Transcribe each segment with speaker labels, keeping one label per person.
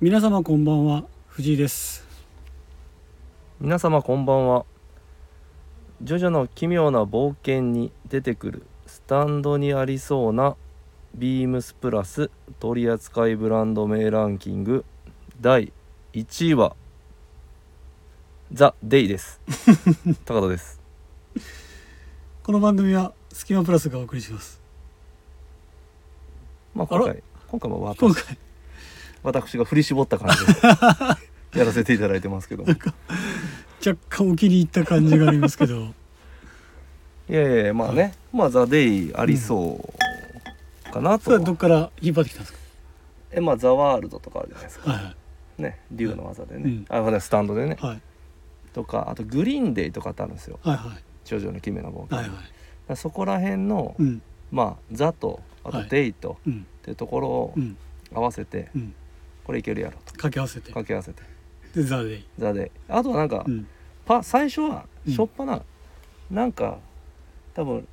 Speaker 1: 皆様こんばんは藤井です
Speaker 2: 皆様こんばんはジョジョの奇妙な冒険に出てくるスタンドにありそうなビームスプラス取扱いブランド名ランキング第1位はザ・デイです 高田です
Speaker 1: この番組はスキマプラスがお送りします
Speaker 2: まあ
Speaker 1: あら
Speaker 2: 今回今回も
Speaker 1: 今
Speaker 2: 私
Speaker 1: 回
Speaker 2: 私が振り絞った感じ でやらせていただいてますけども
Speaker 1: 若干お気に入った感じがありますけ ど
Speaker 2: いやいやいやまあねまあザ・デイありそうかな
Speaker 1: そ
Speaker 2: と
Speaker 1: れ
Speaker 2: は、
Speaker 1: はどっから引っ張ってきたんです
Speaker 2: えまあザ・ワールドとかあるじゃないですか
Speaker 1: かは
Speaker 2: ね竜の技でね、
Speaker 1: うん
Speaker 2: あまあスタンドでね
Speaker 1: いはい
Speaker 2: とかあとグリーンデイとかってあるんですよ
Speaker 1: はいはい
Speaker 2: 「ジョジョの奇妙な冒険」
Speaker 1: はいはいはい
Speaker 2: だからそこら辺の、
Speaker 1: うん
Speaker 2: まあ「ザ」とあと
Speaker 1: はい
Speaker 2: 「デイ」と
Speaker 1: うん
Speaker 2: っていうところを
Speaker 1: うん
Speaker 2: 合わせて、
Speaker 1: うん
Speaker 2: これいけるやろと
Speaker 1: 掛け合わせて
Speaker 2: 掛け合わせて
Speaker 1: でザデイ
Speaker 2: 「ザ」であとはなんか、
Speaker 1: うん
Speaker 2: パ最初は
Speaker 1: うん
Speaker 2: 初っ端な、なんか多分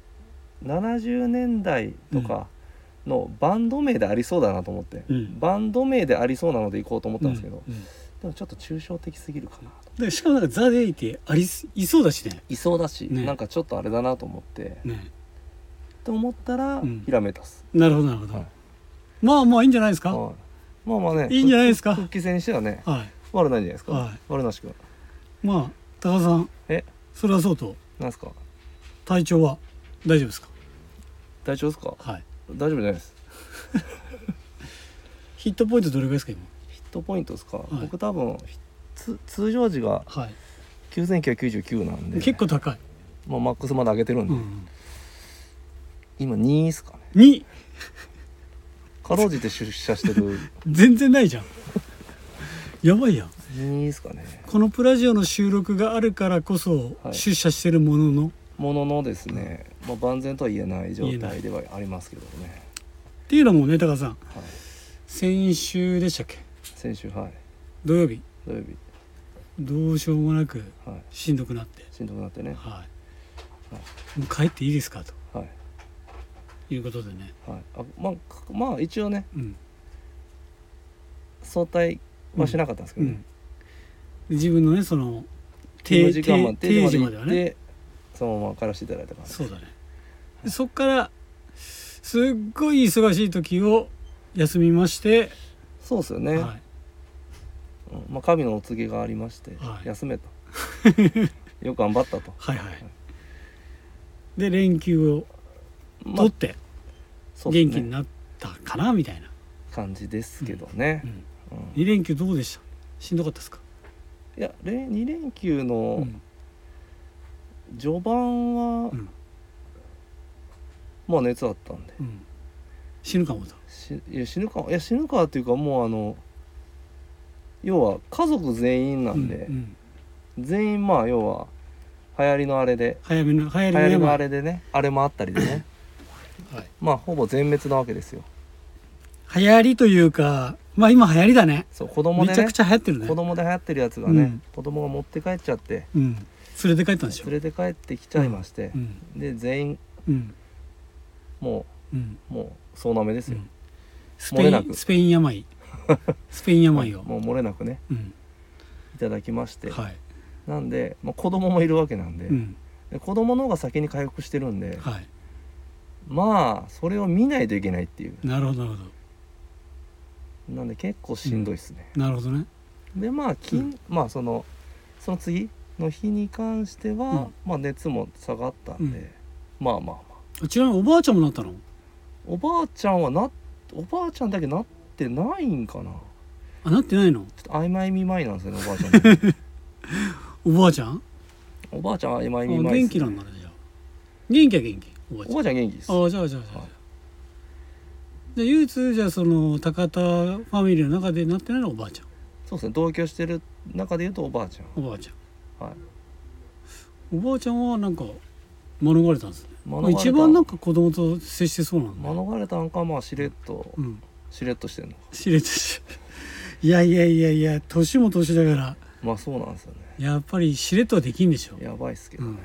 Speaker 2: 70年代とかのバンド名でありそうだなと思って、
Speaker 1: うん
Speaker 2: バンド名でありそうなので行こうと思ったんですけど、
Speaker 1: うんうん
Speaker 2: でもちょっと抽象的すぎるかなと
Speaker 1: でしかもなんかザデイってありすいそうだしね
Speaker 2: いそうだし、
Speaker 1: ね
Speaker 2: なんかちょっとあれだなと思って
Speaker 1: ね
Speaker 2: と思ったら、
Speaker 1: うん
Speaker 2: ひらめたす、
Speaker 1: なるほどなるほど、
Speaker 2: はい
Speaker 1: まあまあいいんじゃないですか
Speaker 2: はい、まあまあね
Speaker 1: いいんじゃないです
Speaker 2: 復
Speaker 1: か
Speaker 2: 帰戦にしてはね
Speaker 1: はい
Speaker 2: 悪ないんじゃないですか、
Speaker 1: はい
Speaker 2: 悪なし君
Speaker 1: まあ高田さん
Speaker 2: え
Speaker 1: それはそうと
Speaker 2: なんですか
Speaker 1: 体調は大丈夫ですか
Speaker 2: 大丈夫ですか
Speaker 1: はい
Speaker 2: 大丈夫じゃないです
Speaker 1: ヒットポイントどれぐらいですか今
Speaker 2: ヒットポイントですか、
Speaker 1: い
Speaker 2: 僕多分つ通常時が
Speaker 1: はい
Speaker 2: 9999なんで
Speaker 1: 結構高い、
Speaker 2: もうマックスまで上げてるん
Speaker 1: う
Speaker 2: で、
Speaker 1: ん、
Speaker 2: 今2ですかね
Speaker 1: に
Speaker 2: かろうじて出社してる
Speaker 1: 全然ないじゃんやばいやん
Speaker 2: 2ですかね
Speaker 1: このプラジオの収録があるからこそ
Speaker 2: はい
Speaker 1: 出社してるものの、っ
Speaker 2: もののですね、まあ、万全とは言えない状態ではありますけどね、
Speaker 1: ていうのもね高田さん
Speaker 2: はい、
Speaker 1: 先週でしたっけ
Speaker 2: 先週はい
Speaker 1: 土曜日
Speaker 2: 土曜日
Speaker 1: どうしようもなく
Speaker 2: はい
Speaker 1: しんどくなって
Speaker 2: しんどくなってね
Speaker 1: はいもう帰っていいですかと
Speaker 2: はい
Speaker 1: いうことでね
Speaker 2: はい、あまあかまあ一応ね
Speaker 1: うん
Speaker 2: 早退はしなかったんですけ
Speaker 1: う
Speaker 2: どね
Speaker 1: ん、自分のねその定
Speaker 2: 勤務時間ま
Speaker 1: 定
Speaker 2: で
Speaker 1: 定時まで
Speaker 2: 行
Speaker 1: は
Speaker 2: っ
Speaker 1: ね
Speaker 2: てそのまま帰らせていただいたから
Speaker 1: そうだねでそっからすっごい忙しい時を休みまして、
Speaker 2: そうですよ
Speaker 1: は
Speaker 2: ね、
Speaker 1: い、
Speaker 2: うんまあ、神のお告げがありまして、
Speaker 1: はい
Speaker 2: 休めとよく頑張ったと、
Speaker 1: はいはいで連休を
Speaker 2: まあ
Speaker 1: 取って
Speaker 2: そうっすね
Speaker 1: 元気になったかなみたいな、
Speaker 2: 感じですけどね
Speaker 1: う、ん、
Speaker 2: うん
Speaker 1: 2連休どうでしたしんどかったですか、
Speaker 2: いやれ2連休
Speaker 1: う
Speaker 2: の
Speaker 1: ん
Speaker 2: 序盤は、
Speaker 1: うん
Speaker 2: まあ熱あったんで
Speaker 1: うん、死ぬかもと
Speaker 2: しいや死ぬかいや死ぬかっていうかもうあの要は家族全員なんで、
Speaker 1: うんうん
Speaker 2: 全員まあ要は流行りのあれで
Speaker 1: 早めの流行り
Speaker 2: 流
Speaker 1: の
Speaker 2: 行りのあ
Speaker 1: れ、
Speaker 2: れでねあれもあったりでね
Speaker 1: はい
Speaker 2: まあほぼ全滅なわけですよ
Speaker 1: 流行りというかまあ今流行りだね
Speaker 2: そう子供で
Speaker 1: めちゃ
Speaker 2: ね
Speaker 1: くちゃ流行ってるね
Speaker 2: 子供で流行ってるやつがね、
Speaker 1: うん
Speaker 2: 子供が持って帰っちゃって
Speaker 1: うん、連れて帰ったんでしょ
Speaker 2: 連れて帰ってきちゃいまして
Speaker 1: う、ん
Speaker 2: で全員
Speaker 1: うん
Speaker 2: も
Speaker 1: うん
Speaker 2: うもうそうなめですよ、
Speaker 1: うんスペ
Speaker 2: 漏れ
Speaker 1: イ
Speaker 2: な
Speaker 1: ン
Speaker 2: く
Speaker 1: スペイン 病スペイン病を、
Speaker 2: もう漏れなくね
Speaker 1: うん、
Speaker 2: いただきまして、
Speaker 1: はい、
Speaker 2: なんで、まあ、子供もいるわけなんで,、
Speaker 1: うん、
Speaker 2: で子供の方が先に回復してるんで
Speaker 1: はい
Speaker 2: まあそれを見ないといけないっていう
Speaker 1: なるほどなるほ
Speaker 2: なんで結構しんどいっすね、
Speaker 1: どなるほどね
Speaker 2: でまあ金、まあそのその次の日に関しては、
Speaker 1: うん
Speaker 2: まあ熱も下がったんで、まあまあまあ
Speaker 1: ちなみにおばあちゃんもなったの
Speaker 2: おばあちゃんはなおばあちゃんだけなってないんかな
Speaker 1: あなってないの
Speaker 2: ちょっと曖昧見舞いなんですよねおばあちゃん
Speaker 1: おばあちゃん
Speaker 2: おばあちゃん曖
Speaker 1: あ
Speaker 2: 昧見舞い
Speaker 1: 元気なんだねじゃあ元気は元気おばあち
Speaker 2: お
Speaker 1: ゃん
Speaker 2: ばあちゃん元気です
Speaker 1: ああじゃあじゃあじゃあ、
Speaker 2: はい
Speaker 1: じゃあ唯一じゃあその高田ファミリーの中でなってないのはおばあちゃん
Speaker 2: そうですね同居してる中で言うとおばあちゃん
Speaker 1: おばあちゃん
Speaker 2: はい
Speaker 1: おばあちゃんはなんか免れたんですね
Speaker 2: 免
Speaker 1: まあ
Speaker 2: れた
Speaker 1: 一番なんか子供と接してそうなんだ、ね、
Speaker 2: 免れたんかまあしれっと、
Speaker 1: うん
Speaker 2: しれっとしてるのか
Speaker 1: 知れてしいやいやいやいや年も年だから
Speaker 2: まあそうなんですよね
Speaker 1: やっぱりしれっとはできんでしょ
Speaker 2: やばいっすけどね、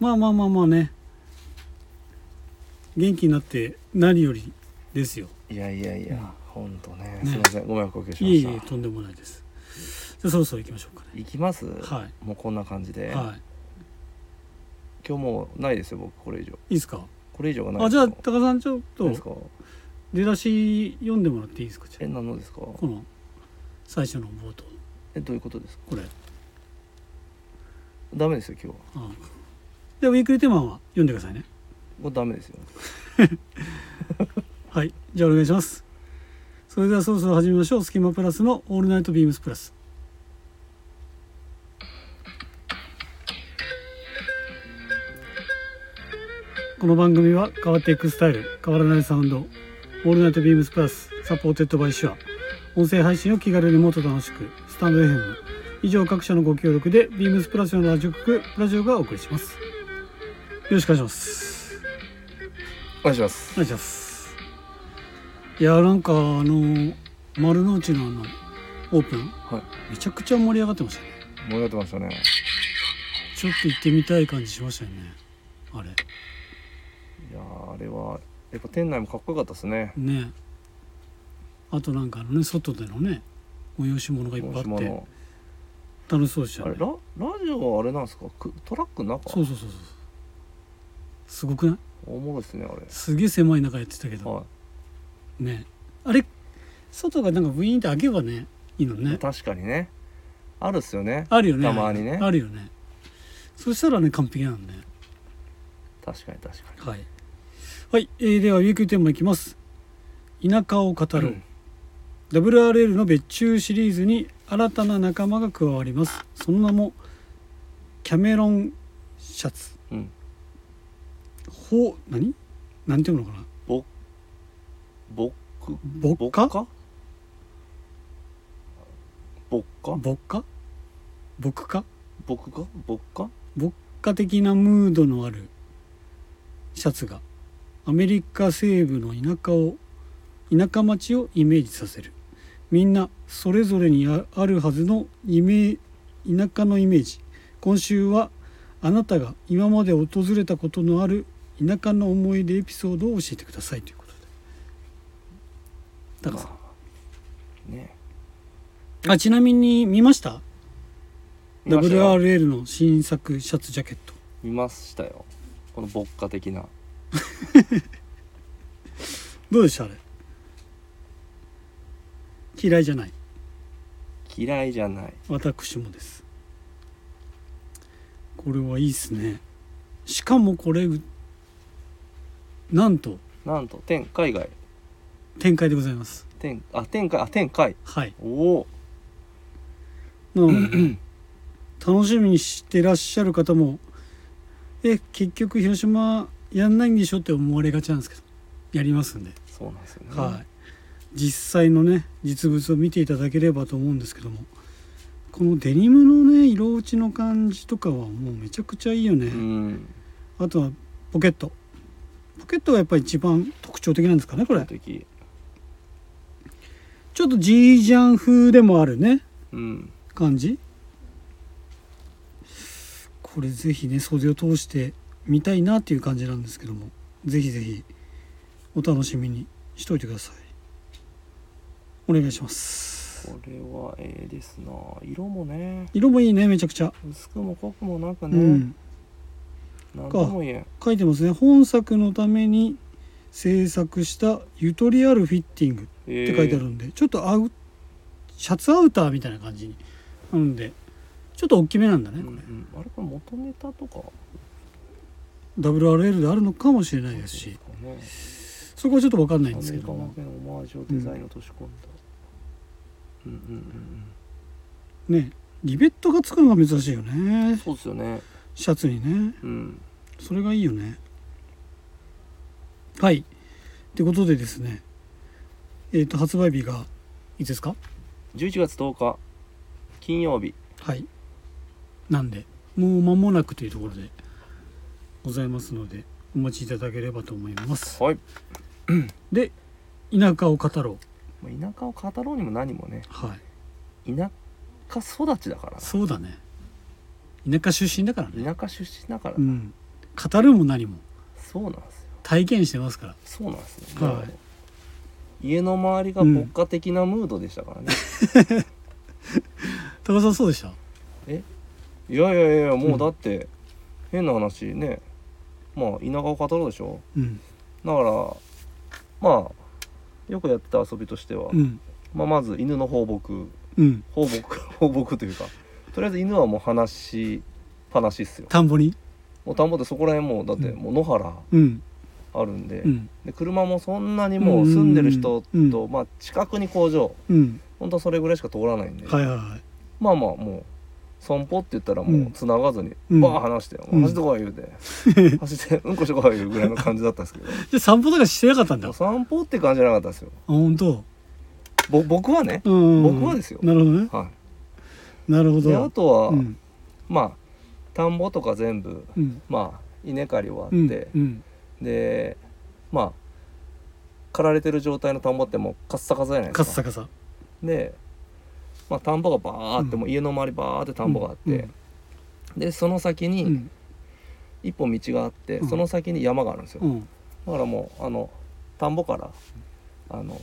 Speaker 1: まあまあまあまあね元気になって何よりですよ
Speaker 2: いやいやいや、
Speaker 1: うん
Speaker 2: ほんとね
Speaker 1: ね
Speaker 2: すいませんご迷惑をおかけしま
Speaker 1: いえ
Speaker 2: し
Speaker 1: い
Speaker 2: た
Speaker 1: えとんでもないですじゃあそろそろ行きましょうかね
Speaker 2: 行きます、
Speaker 1: は
Speaker 2: もうこんな感じで、
Speaker 1: いはい
Speaker 2: 今日もうないですよ僕これ以上
Speaker 1: いいですか
Speaker 2: これ以上がない
Speaker 1: あじゃあ
Speaker 2: ど
Speaker 1: 高田さんちょっ
Speaker 2: う
Speaker 1: と
Speaker 2: ですか
Speaker 1: 出だし読んでもらっていいですかじゃ
Speaker 2: え何のですか
Speaker 1: あこの最初の冒頭
Speaker 2: えどういうことですか
Speaker 1: これあ
Speaker 2: ダメですよ今日は
Speaker 1: あでウィークリーテーマは読んでくださいね
Speaker 2: これダメですよ
Speaker 1: はい、じゃあお願いします。それではそろそろ始めましょう。スキマプラスのオールナイトビームスプラス。この番組は変わっていくスタイル、変わらないサウンド、オールナイトビームスプラス、サポーテッドバイシュア、音声配信を気軽にもっと楽しく、スタンド FM、以上各社のご協力で、ビームスプラスのラジオ局、ラジオがお送りします。よろしくお願いします。
Speaker 2: お願いします
Speaker 1: お願いしますいやなんかあの丸の内のあのオープン
Speaker 2: はい
Speaker 1: めちゃくちゃ盛り上がってましたね
Speaker 2: 盛り上がってましたね
Speaker 1: ちょっと行ってみたい感じしましたよねあれ
Speaker 2: いやーあれはやっぱ店内もかっこよかったですね
Speaker 1: ねあとなんかあのね外でのね催し物がいっぱいあ
Speaker 2: 大島
Speaker 1: って
Speaker 2: の
Speaker 1: 楽しそうでした
Speaker 2: あれ
Speaker 1: ね
Speaker 2: ララジオはあれなんですかくトラックの中
Speaker 1: そうそうそうそうすごくない
Speaker 2: おもろいですねあれ
Speaker 1: すげえ狭い中やってたけど、
Speaker 2: は
Speaker 1: ねあれ外がなんかブイーンって開けばねいいの
Speaker 2: い、
Speaker 1: ね
Speaker 2: 確かにねあるっすよね
Speaker 1: あるよね
Speaker 2: たまにね
Speaker 1: あるよねそしたらね完璧なんで、ね
Speaker 2: 確かに確かに
Speaker 1: はい、はいえーではウィークリーテーマいきます田舎を語ろう、
Speaker 2: うん
Speaker 1: WRL の別注シリーズに新たな仲間が加わりますその名もキャメロンシャツ
Speaker 2: うん
Speaker 1: ほう何なんていうのかな
Speaker 2: ぼっ
Speaker 1: ぼっか
Speaker 2: かぼっか
Speaker 1: ぼっかぼっか
Speaker 2: 僕かぼっか
Speaker 1: ぼっか的なムードのあるシャツがアメリカ西部の田舎を田舎町をイメージさせるみんなそれぞれにああるはずのイメ田舎のイメージ今週はあなたが今まで訪れたことのある田舎の思い出エピソードを教えてくださいということで高さん
Speaker 2: まあね
Speaker 1: あちなみに見ました
Speaker 2: 見ましたよ
Speaker 1: WRL の新作シャツジャケット
Speaker 2: 見ましたよこのぼっか的な
Speaker 1: どうでしたあれ嫌いじゃない
Speaker 2: 嫌いじゃない
Speaker 1: 私もですこれはいいっすねしかもこれうなんと
Speaker 2: なんと天海外
Speaker 1: 展開でございます
Speaker 2: 天あ天海あ天海
Speaker 1: はい
Speaker 2: おお
Speaker 1: なのでね楽しみにしてらっしゃる方もえ結局広島やんないんでしょって思われがちなんですけどやりますんで
Speaker 2: そうなんですよね
Speaker 1: はい、実際のね実物を見ていただければと思うんですけどもこのデニムのね色落ちの感じとかはもうめちゃくちゃいいよね、
Speaker 2: うん
Speaker 1: あとはポケットポケットがやっぱり一番特徴的なんですかねこれ
Speaker 2: 時
Speaker 1: ちょっとジージャン風でもあるね
Speaker 2: うん
Speaker 1: 感じこれぜひね袖を通して見たいなっていう感じなんですけどもぜひぜひお楽しみにしておいてくださいお願いします
Speaker 2: これはええですな色もね
Speaker 1: 色もいいねめちゃくちゃ、
Speaker 2: 薄くも濃くもなく
Speaker 1: う
Speaker 2: ね、
Speaker 1: ん
Speaker 2: なんとも言えん
Speaker 1: 書いてますね本作のために制作したゆとりあるフィッティングっ
Speaker 2: え
Speaker 1: て書いてあるんで、ちょっとアウシャツアウターみたいな感じになるんでちょっと大きめなんだ
Speaker 2: う
Speaker 1: ね
Speaker 2: んう
Speaker 1: これ、
Speaker 2: ん、あれこれ元ネタとか
Speaker 1: WRL であるのかもしれないです
Speaker 2: です
Speaker 1: し
Speaker 2: かね
Speaker 1: そこはちょっと分かんないん
Speaker 2: ア
Speaker 1: で
Speaker 2: メ
Speaker 1: すけ
Speaker 2: リ
Speaker 1: ど
Speaker 2: カ
Speaker 1: も
Speaker 2: 負けのオマージュをデザインに落とし込んだ、うん、うんうんうん
Speaker 1: ねリベットがつくのが珍しいよね
Speaker 2: そうですよね
Speaker 1: シャツにね
Speaker 2: うん
Speaker 1: それがいいよねはいってことでですねえっ、と発売日がいつですか
Speaker 2: 11月10日金曜日
Speaker 1: はいなんでもう間もなくというところでございますのでお待ちいただければと思います
Speaker 2: はい
Speaker 1: で田舎を語ろう
Speaker 2: まあ田舎を語ろうにも何もね
Speaker 1: はい
Speaker 2: 田舎育ちだから
Speaker 1: そうだね田舎出身だからね
Speaker 2: な田舎出身だから
Speaker 1: う
Speaker 2: な、
Speaker 1: ん語るも何も
Speaker 2: そうなんですよ
Speaker 1: 体験してますから
Speaker 2: そうなんですよ、
Speaker 1: はい
Speaker 2: もう家の周りが
Speaker 1: うん
Speaker 2: 牧歌的なムードでしたからね、
Speaker 1: 高田さんそうでした
Speaker 2: いやいやいやもうだって変な話ねまあ田舎を語るでしょ
Speaker 1: うん
Speaker 2: だからまあよくやってた遊びとしては、
Speaker 1: うん
Speaker 2: まあ、まず犬の放牧
Speaker 1: うん
Speaker 2: 放牧 放牧というかとりあえず犬はもう話しっぱなしっすよ
Speaker 1: 田んぼに
Speaker 2: もう田んぼってそこら辺もうだってもう野原
Speaker 1: うん
Speaker 2: あるんで,、
Speaker 1: うん
Speaker 2: で車もそんなにもう住んでる人と、
Speaker 1: うん
Speaker 2: まあ、近くに工場
Speaker 1: うん
Speaker 2: ほんとそれぐらいしか通らないんで、
Speaker 1: はいはいはい
Speaker 2: まあまあもう散歩って言ったら
Speaker 1: う
Speaker 2: もうん繋がずに
Speaker 1: うん
Speaker 2: バー離して「
Speaker 1: うん
Speaker 2: 走ってこい」言 うて「走ってうんこしてこい」言うぐらいの感じだったんですけど
Speaker 1: じゃあ散歩とかしてなかったんだ
Speaker 2: もう
Speaker 1: あ
Speaker 2: 散歩って感じじゃなかったですよ
Speaker 1: 本当
Speaker 2: ぼ僕はね、
Speaker 1: うん
Speaker 2: 僕はですよ
Speaker 1: なるほどね
Speaker 2: は
Speaker 1: なるほ
Speaker 2: い、であ
Speaker 1: ど
Speaker 2: とは、
Speaker 1: うん
Speaker 2: まあ田んぼとか全部
Speaker 1: うん
Speaker 2: まあ稲刈り終わっ
Speaker 1: うん
Speaker 2: て、
Speaker 1: うん
Speaker 2: でまあ刈られてる状態の田んぼってもうカッサカサじゃないです
Speaker 1: カ
Speaker 2: か
Speaker 1: ッサカサ
Speaker 2: で、まあ、田んぼがバーって、
Speaker 1: うん
Speaker 2: もう家の周りバーって田んぼがあって、
Speaker 1: うん
Speaker 2: でその先
Speaker 1: う
Speaker 2: に
Speaker 1: ん
Speaker 2: 一本道があって、
Speaker 1: うん
Speaker 2: その先に山があるんですよ、
Speaker 1: うん
Speaker 2: だからもうあの田んぼからあの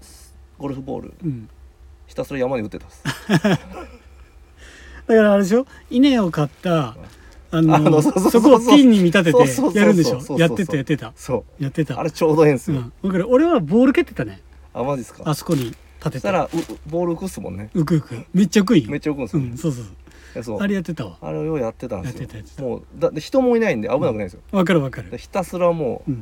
Speaker 2: スゴルフボール
Speaker 1: うん
Speaker 2: ひたすら山に打ってた んです
Speaker 1: だからあれでしょ稲を買ったあ
Speaker 2: あの
Speaker 1: の
Speaker 2: そうそうそ
Speaker 1: そ
Speaker 2: う
Speaker 1: こをピンに見立
Speaker 2: そうそうそ
Speaker 1: て
Speaker 2: うそ
Speaker 1: て
Speaker 2: う
Speaker 1: やるんでし
Speaker 2: そうそうそ
Speaker 1: ょ
Speaker 2: う
Speaker 1: やってたやってた
Speaker 2: そ
Speaker 1: やって
Speaker 2: う
Speaker 1: た
Speaker 2: あれちょうどええんす
Speaker 1: う
Speaker 2: よ、
Speaker 1: んだから俺はボール蹴ってたね
Speaker 2: あマジっすか
Speaker 1: あそこに立
Speaker 2: そ
Speaker 1: て
Speaker 2: した
Speaker 1: て
Speaker 2: らうボール浮くっすもんね
Speaker 1: うくうくめっちゃ浮くいよ
Speaker 2: めっちゃ浮くんです
Speaker 1: う
Speaker 2: よ、
Speaker 1: んそうそうそう
Speaker 2: えそう
Speaker 1: あれやってたわ
Speaker 2: あれをようやってたんですよ
Speaker 1: やってたやってた
Speaker 2: もうだで人もいないんで危なくないんですよ、
Speaker 1: わかるわか
Speaker 2: で
Speaker 1: る
Speaker 2: ひたすらも
Speaker 1: うん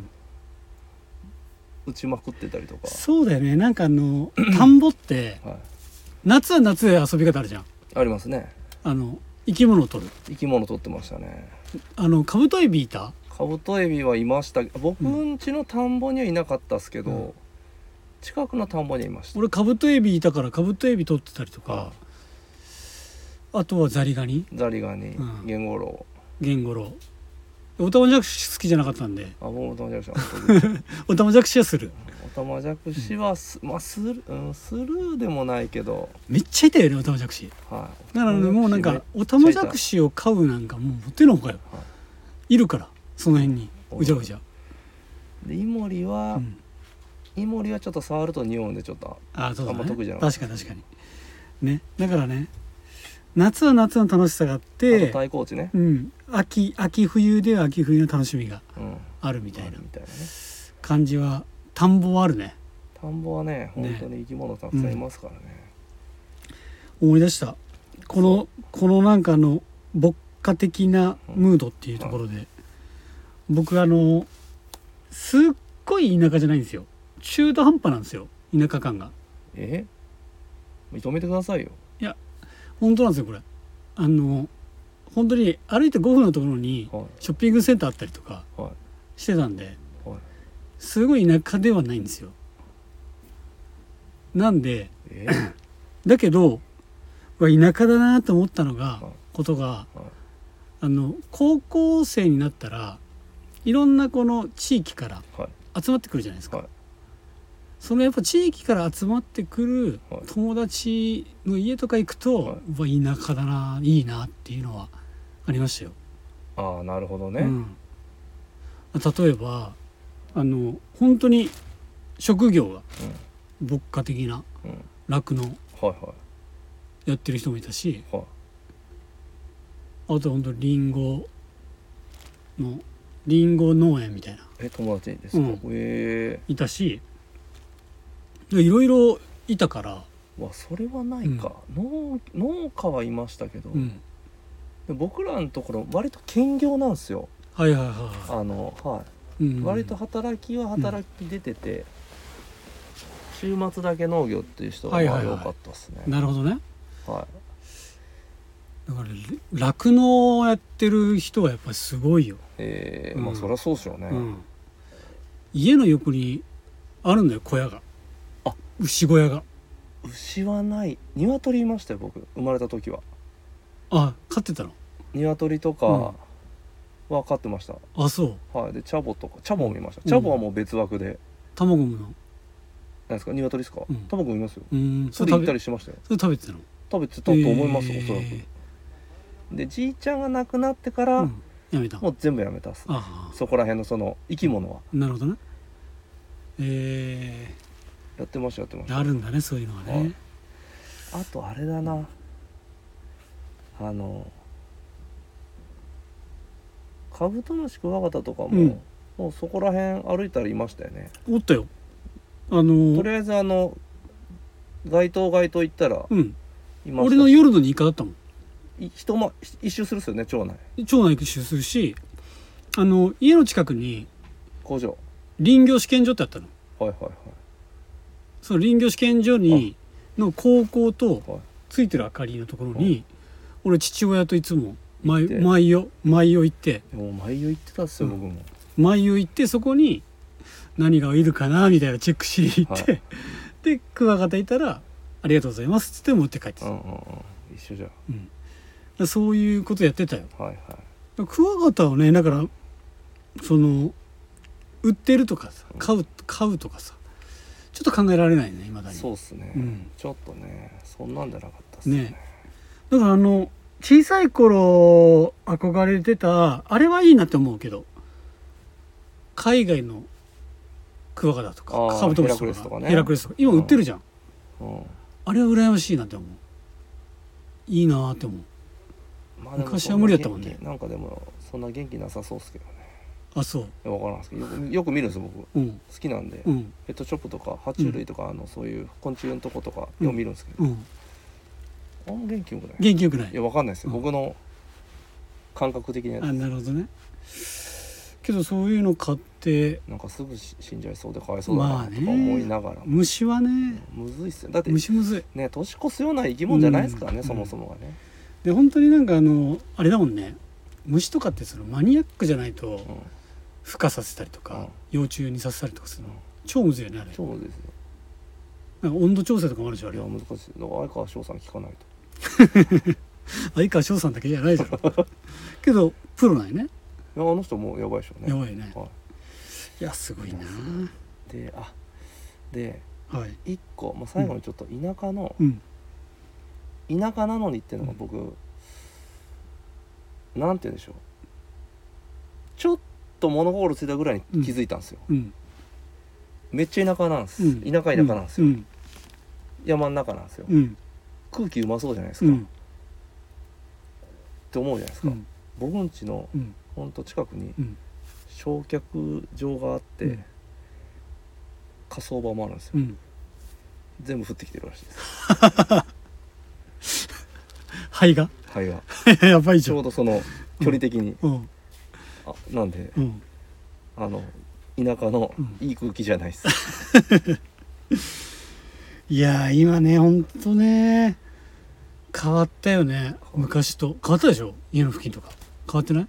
Speaker 2: う打ちまくってたりとか、
Speaker 1: そうだよねなんかあ の田んぼって
Speaker 2: はい、
Speaker 1: 夏は夏で遊び方あるじゃん
Speaker 2: ありますね
Speaker 1: あの生き物を取る
Speaker 2: 生き物取ってましたね
Speaker 1: あのカブトエビいた
Speaker 2: カブトエビはいました僕ん家の田んぼにはいなかったっすけど、
Speaker 1: うん
Speaker 2: 近くの田んぼにはいました
Speaker 1: 俺カブトエビいたからカブトエビ取ってたりとかあとはザリガニ
Speaker 2: ザリガニ
Speaker 1: うん
Speaker 2: ゲンゴロ
Speaker 1: ゲンゴロウオタマジャクシ好きじゃなかったんで
Speaker 2: ウあ僕もオタマジャクシは
Speaker 1: オタマジャクシはする
Speaker 2: オタマジャクシはす、まあ、スル,、うん、スルーでもないけど
Speaker 1: めっちゃいたよねオタマジャクシ
Speaker 2: はい
Speaker 1: だからねもうなんかオタマジャクシを飼うなんかもうお手のほかよ
Speaker 2: はい
Speaker 1: るからその辺に
Speaker 2: お
Speaker 1: うじゃうじゃ
Speaker 2: でイモリは、
Speaker 1: うん
Speaker 2: イモリはちょっと触ると匂うんでちょっと
Speaker 1: あそうだ
Speaker 2: あんま
Speaker 1: ね
Speaker 2: 得意じゃなかっ
Speaker 1: 確かに確かにねだからね夏は夏の楽しさがあっ
Speaker 2: あと
Speaker 1: て
Speaker 2: 対抗値ね、
Speaker 1: うん秋秋冬では秋冬の楽しみが
Speaker 2: うん、
Speaker 1: あるみたいな
Speaker 2: みたいなね
Speaker 1: 感じは田んぼはあるね
Speaker 2: 田んぼはね
Speaker 1: ね
Speaker 2: 本当に生き物たくさんいますからね
Speaker 1: 思い出したこのこのなんかあの牧歌的なムードっていうところで僕あのすっごい田舎じゃないんですよ中途半端なんですよ田舎感が
Speaker 2: え認めてくださいよ
Speaker 1: 本当なんですよこれあの本当に歩いて5分のところに
Speaker 2: は
Speaker 1: ショッピングセンターあったりとか
Speaker 2: いは
Speaker 1: してたんで
Speaker 2: いはい
Speaker 1: すごい田舎ではないんですよなんで
Speaker 2: え
Speaker 1: だけどうわ田舎だなと思ったのが
Speaker 2: はい
Speaker 1: ことが
Speaker 2: はい
Speaker 1: あの高校生になったらいろんなこの地域から
Speaker 2: はい
Speaker 1: 集まってくるじゃないですか、
Speaker 2: はい
Speaker 1: そのやっぱ地域から集まってくる
Speaker 2: はい
Speaker 1: 友達の家とか行くと、
Speaker 2: はいう
Speaker 1: わ田舎だないいなっていうのはありましたよ。
Speaker 2: ああなるほどね、
Speaker 1: うん、例えばあの本当に職業が牧歌的な
Speaker 2: うんうん
Speaker 1: 酪農
Speaker 2: はいは
Speaker 1: やってる人もいたし
Speaker 2: いはい
Speaker 1: あと本当リンゴのリンゴ農園みたいな
Speaker 2: え友達ですか、
Speaker 1: う
Speaker 2: え
Speaker 1: いたしでいろいろいたから、
Speaker 2: ー、わそれはないか、農農家はいましたけど、
Speaker 1: うん、
Speaker 2: で僕らのところ割と兼業なんですよ
Speaker 1: はいはいは
Speaker 2: あのはい
Speaker 1: い、うん、
Speaker 2: 割と働きは働き出てて、週末だけ農業っていう人が
Speaker 1: はい
Speaker 2: ま
Speaker 1: は
Speaker 2: あ
Speaker 1: いはい
Speaker 2: 多かったですね、
Speaker 1: なるほどね
Speaker 2: は
Speaker 1: だから酪農をやってる人はやっぱりすごいよ、
Speaker 2: えー
Speaker 1: うん
Speaker 2: まあそりゃそうでしょうね、
Speaker 1: うん、家の横にあるんだよ小屋が
Speaker 2: あ
Speaker 1: 牛小屋が
Speaker 2: 牛はない鶏いましたよ僕生まれた時は
Speaker 1: あ飼ってたの
Speaker 2: 鶏とかは飼ってました、
Speaker 1: あそう
Speaker 2: はいでチャボとかチャボもいました、
Speaker 1: うん
Speaker 2: チャボはもう別枠で
Speaker 1: 卵もの
Speaker 2: 何ですか鶏ですか、
Speaker 1: うん
Speaker 2: 卵もいますよ
Speaker 1: うんそ
Speaker 2: それ
Speaker 1: れ
Speaker 2: で行っ
Speaker 1: 食
Speaker 2: た
Speaker 1: べ
Speaker 2: りしてましたよ
Speaker 1: それ食べてたの
Speaker 2: 食べてたと思います、
Speaker 1: えー
Speaker 2: おそらくでじいちゃんが亡くなってから、
Speaker 1: うん、やめた
Speaker 2: もう全部やめたっす
Speaker 1: ああ
Speaker 2: そこら辺のその生き物は
Speaker 1: なるほどねえ
Speaker 2: やってましたやってまし
Speaker 1: ー、あるんだねそういうのはね、
Speaker 2: はいたあとあれだなあのカブトムシクワガタとかも、
Speaker 1: うん
Speaker 2: もうそこら辺歩いたらいましたよね
Speaker 1: おったよあの
Speaker 2: と
Speaker 1: ー
Speaker 2: りあえずあの街頭街頭行ったら
Speaker 1: うん
Speaker 2: いま
Speaker 1: 俺
Speaker 2: した
Speaker 1: の
Speaker 2: し
Speaker 1: 夜の日課だったもん
Speaker 2: い人も一周するっすよね町内
Speaker 1: 町内一周するしあの家の近くに
Speaker 2: 工場
Speaker 1: 林業試験所ってあったの
Speaker 2: はいはいは
Speaker 1: その林業試験所にの高校と
Speaker 2: はい
Speaker 1: ついてる明かりのところ
Speaker 2: は
Speaker 1: に俺父親といつも毎
Speaker 2: 行って
Speaker 1: 毎夜毎夜行って
Speaker 2: いでも毎夜行ってたっすよ、
Speaker 1: うん
Speaker 2: 僕も
Speaker 1: 毎夜行ってそこに何がいるかなみたいなチェックしに行って、
Speaker 2: は
Speaker 1: でクワガタいたら「ありがとうございます」っつって持って帰って
Speaker 2: う
Speaker 1: た
Speaker 2: ん、うんうん一緒じゃん
Speaker 1: うんそういうことやってたよ
Speaker 2: はいはい
Speaker 1: クワガタをねだからその売ってるとかさ買う買うとかさちょっと考えられないねいまだに
Speaker 2: そうっすね、
Speaker 1: うん
Speaker 2: ちょっとねそんなんじゃなかったっすね
Speaker 1: ねだからあの小さい頃憧れてたあれはいいなって思うけど海外のクワガタと
Speaker 2: あ
Speaker 1: か
Speaker 2: ー
Speaker 1: カブトムシ
Speaker 2: ヘラクレ
Speaker 1: と
Speaker 2: ス
Speaker 1: か
Speaker 2: とかね
Speaker 1: ヘラクレスとか今売ってるじゃん、
Speaker 2: うん
Speaker 1: あれは羨ましいなって思ういいなって思う
Speaker 2: まあでも
Speaker 1: 昔は無理だったもんね
Speaker 2: そな元気なんかでもそんな元気なさそうっすけどね
Speaker 1: あそう
Speaker 2: いやわからんっすけどよくよく見るんですよ僕好
Speaker 1: うん
Speaker 2: きなんで、
Speaker 1: うん
Speaker 2: ペットショップとか爬虫類とか、あのそういう昆虫のとことかよく見るんですけど、
Speaker 1: うん
Speaker 2: あんま元気よくない
Speaker 1: 元気よくない
Speaker 2: いやわかんないですよ、
Speaker 1: うん
Speaker 2: 僕の感覚的なやつ
Speaker 1: あなるほどねけどそういうの買って
Speaker 2: なんかすぐし死んじゃいそうでかわいそうだ
Speaker 1: まあ
Speaker 2: なと
Speaker 1: ね
Speaker 2: か思いながら、
Speaker 1: 虫はね
Speaker 2: むずいっすよだって
Speaker 1: 虫むずい
Speaker 2: ね年越すような生き物じゃないですからね、
Speaker 1: うん
Speaker 2: そもそもがね、
Speaker 1: で本当になんかあのあれだもんね虫とかってそのマニアックじゃないと
Speaker 2: うん
Speaker 1: 孵化させたりとか、幼虫にさせたりとかするの
Speaker 2: うん
Speaker 1: 超むずいよねあれ
Speaker 2: 超むずいですよ
Speaker 1: なんか温度調整とかもあるでしょあ
Speaker 2: い
Speaker 1: れ
Speaker 2: や難しいですだから相川翔さん聞かないと
Speaker 1: 相川翔さんだけじゃないじゃんけどプロなんよね
Speaker 2: いやあの人もうやばいでしょうね
Speaker 1: やばいよね
Speaker 2: はい、
Speaker 1: やすごいな
Speaker 2: であで
Speaker 1: はい
Speaker 2: 一個、まあ、最後にちょっと田舎の、
Speaker 1: うん
Speaker 2: 田舎なのにっていうのが僕、なんて言うんでしょうちょっと物心ついたぐらいに気づいたんですよ、
Speaker 1: うん
Speaker 2: めっちゃ田舎なんです、
Speaker 1: うん
Speaker 2: 田舎田舎なんですよ、
Speaker 1: うん
Speaker 2: 山の中なんですよ、
Speaker 1: うん
Speaker 2: 空気うまそうじゃないです
Speaker 1: う
Speaker 2: か、っ
Speaker 1: ん
Speaker 2: て思うじゃないです
Speaker 1: う
Speaker 2: か、
Speaker 1: ん
Speaker 2: 僕んちの
Speaker 1: うん
Speaker 2: ほんと近くに
Speaker 1: うん
Speaker 2: 焼却場があって、
Speaker 1: うん
Speaker 2: 火葬場もあるんですよ、
Speaker 1: うん
Speaker 2: 全部降ってきてるらしいです
Speaker 1: 肺が
Speaker 2: 灰が
Speaker 1: やばいじ
Speaker 2: ち
Speaker 1: ゃ
Speaker 2: ょうんどその距離的に、
Speaker 1: うん
Speaker 2: あなんで
Speaker 1: うん
Speaker 2: あの田舎の
Speaker 1: うん
Speaker 2: いい空気じゃないです、
Speaker 1: いやー今ねほんとね変わったよね
Speaker 2: わる
Speaker 1: 昔と変わったでしょ家の付近とか変わってない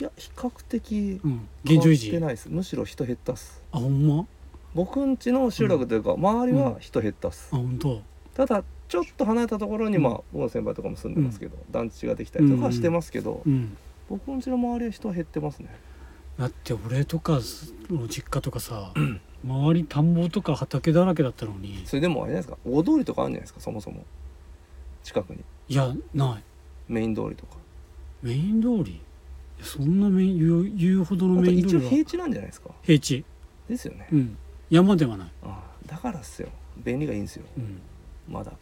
Speaker 2: いや比較的
Speaker 1: うん現状維持
Speaker 2: 変わって
Speaker 1: あ
Speaker 2: ないですむしろ人減ったっす
Speaker 1: ほんまあ
Speaker 2: 僕んちの集落というか、周りは人減ったっす、
Speaker 1: ほんと
Speaker 2: ただちょっと離れたところに、
Speaker 1: うん
Speaker 2: まあ僕の先輩とかも住んでますけど、団地ができたりとかはしてますけど、
Speaker 1: うん
Speaker 2: 僕んちの周りは人減ってますね
Speaker 1: だって俺とかの実家とかさ、周り田んぼとか畑だらけだったのに
Speaker 2: それでもあれじゃないですか大通りとかあるんじゃないですかそもそも近くに
Speaker 1: いやない
Speaker 2: メイン通りとか
Speaker 1: メイン通りいやそんなメイン言う言うほどの
Speaker 2: あと
Speaker 1: メイン
Speaker 2: 一
Speaker 1: 通
Speaker 2: 応
Speaker 1: りは
Speaker 2: 平地なんじゃないですか
Speaker 1: 平地
Speaker 2: ですよね、
Speaker 1: うん山ではない、
Speaker 2: ああだからっすよ便利がいいんですよ
Speaker 1: う
Speaker 2: まだ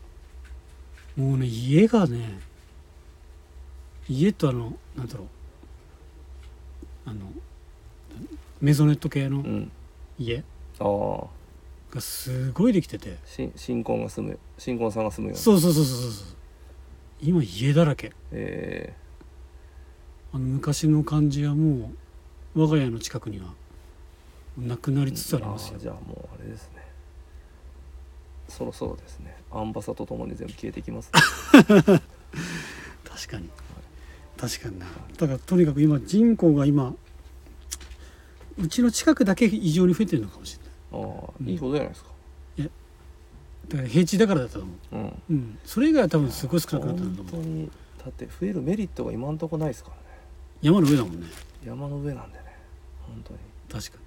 Speaker 1: ん、もうね家がね家とあのなんだろうあのメゾネット系の
Speaker 2: うん
Speaker 1: 家
Speaker 2: ああ
Speaker 1: がすごいできてて、
Speaker 2: 新新婚が住む新婚さんが住むような
Speaker 1: そうそうそうそうそうそう今家だらけ
Speaker 2: え
Speaker 1: あの昔の感じはもう我が家の近くにはなくなり
Speaker 2: ー
Speaker 1: つつあります
Speaker 2: あ
Speaker 1: よ
Speaker 2: ーじゃあもうあれですねそろそろですねアンバサとともに全部消えていき ます、ね、
Speaker 1: 確かに確かになだからとにかく今人口が今うちの近くだけ異常に増えてるのかもしれない
Speaker 2: あ
Speaker 1: う
Speaker 2: あ
Speaker 1: ん
Speaker 2: いいことじゃないですか
Speaker 1: だから平地だからだったと思う
Speaker 2: うん
Speaker 1: うんそれ以外は多分すごい少なくなったんだ
Speaker 2: 本
Speaker 1: と
Speaker 2: 当
Speaker 1: 思う
Speaker 2: にだって増えるメリットが今んとこないですからね
Speaker 1: 山の上だもんね
Speaker 2: 山の上なんでね本当に
Speaker 1: 確か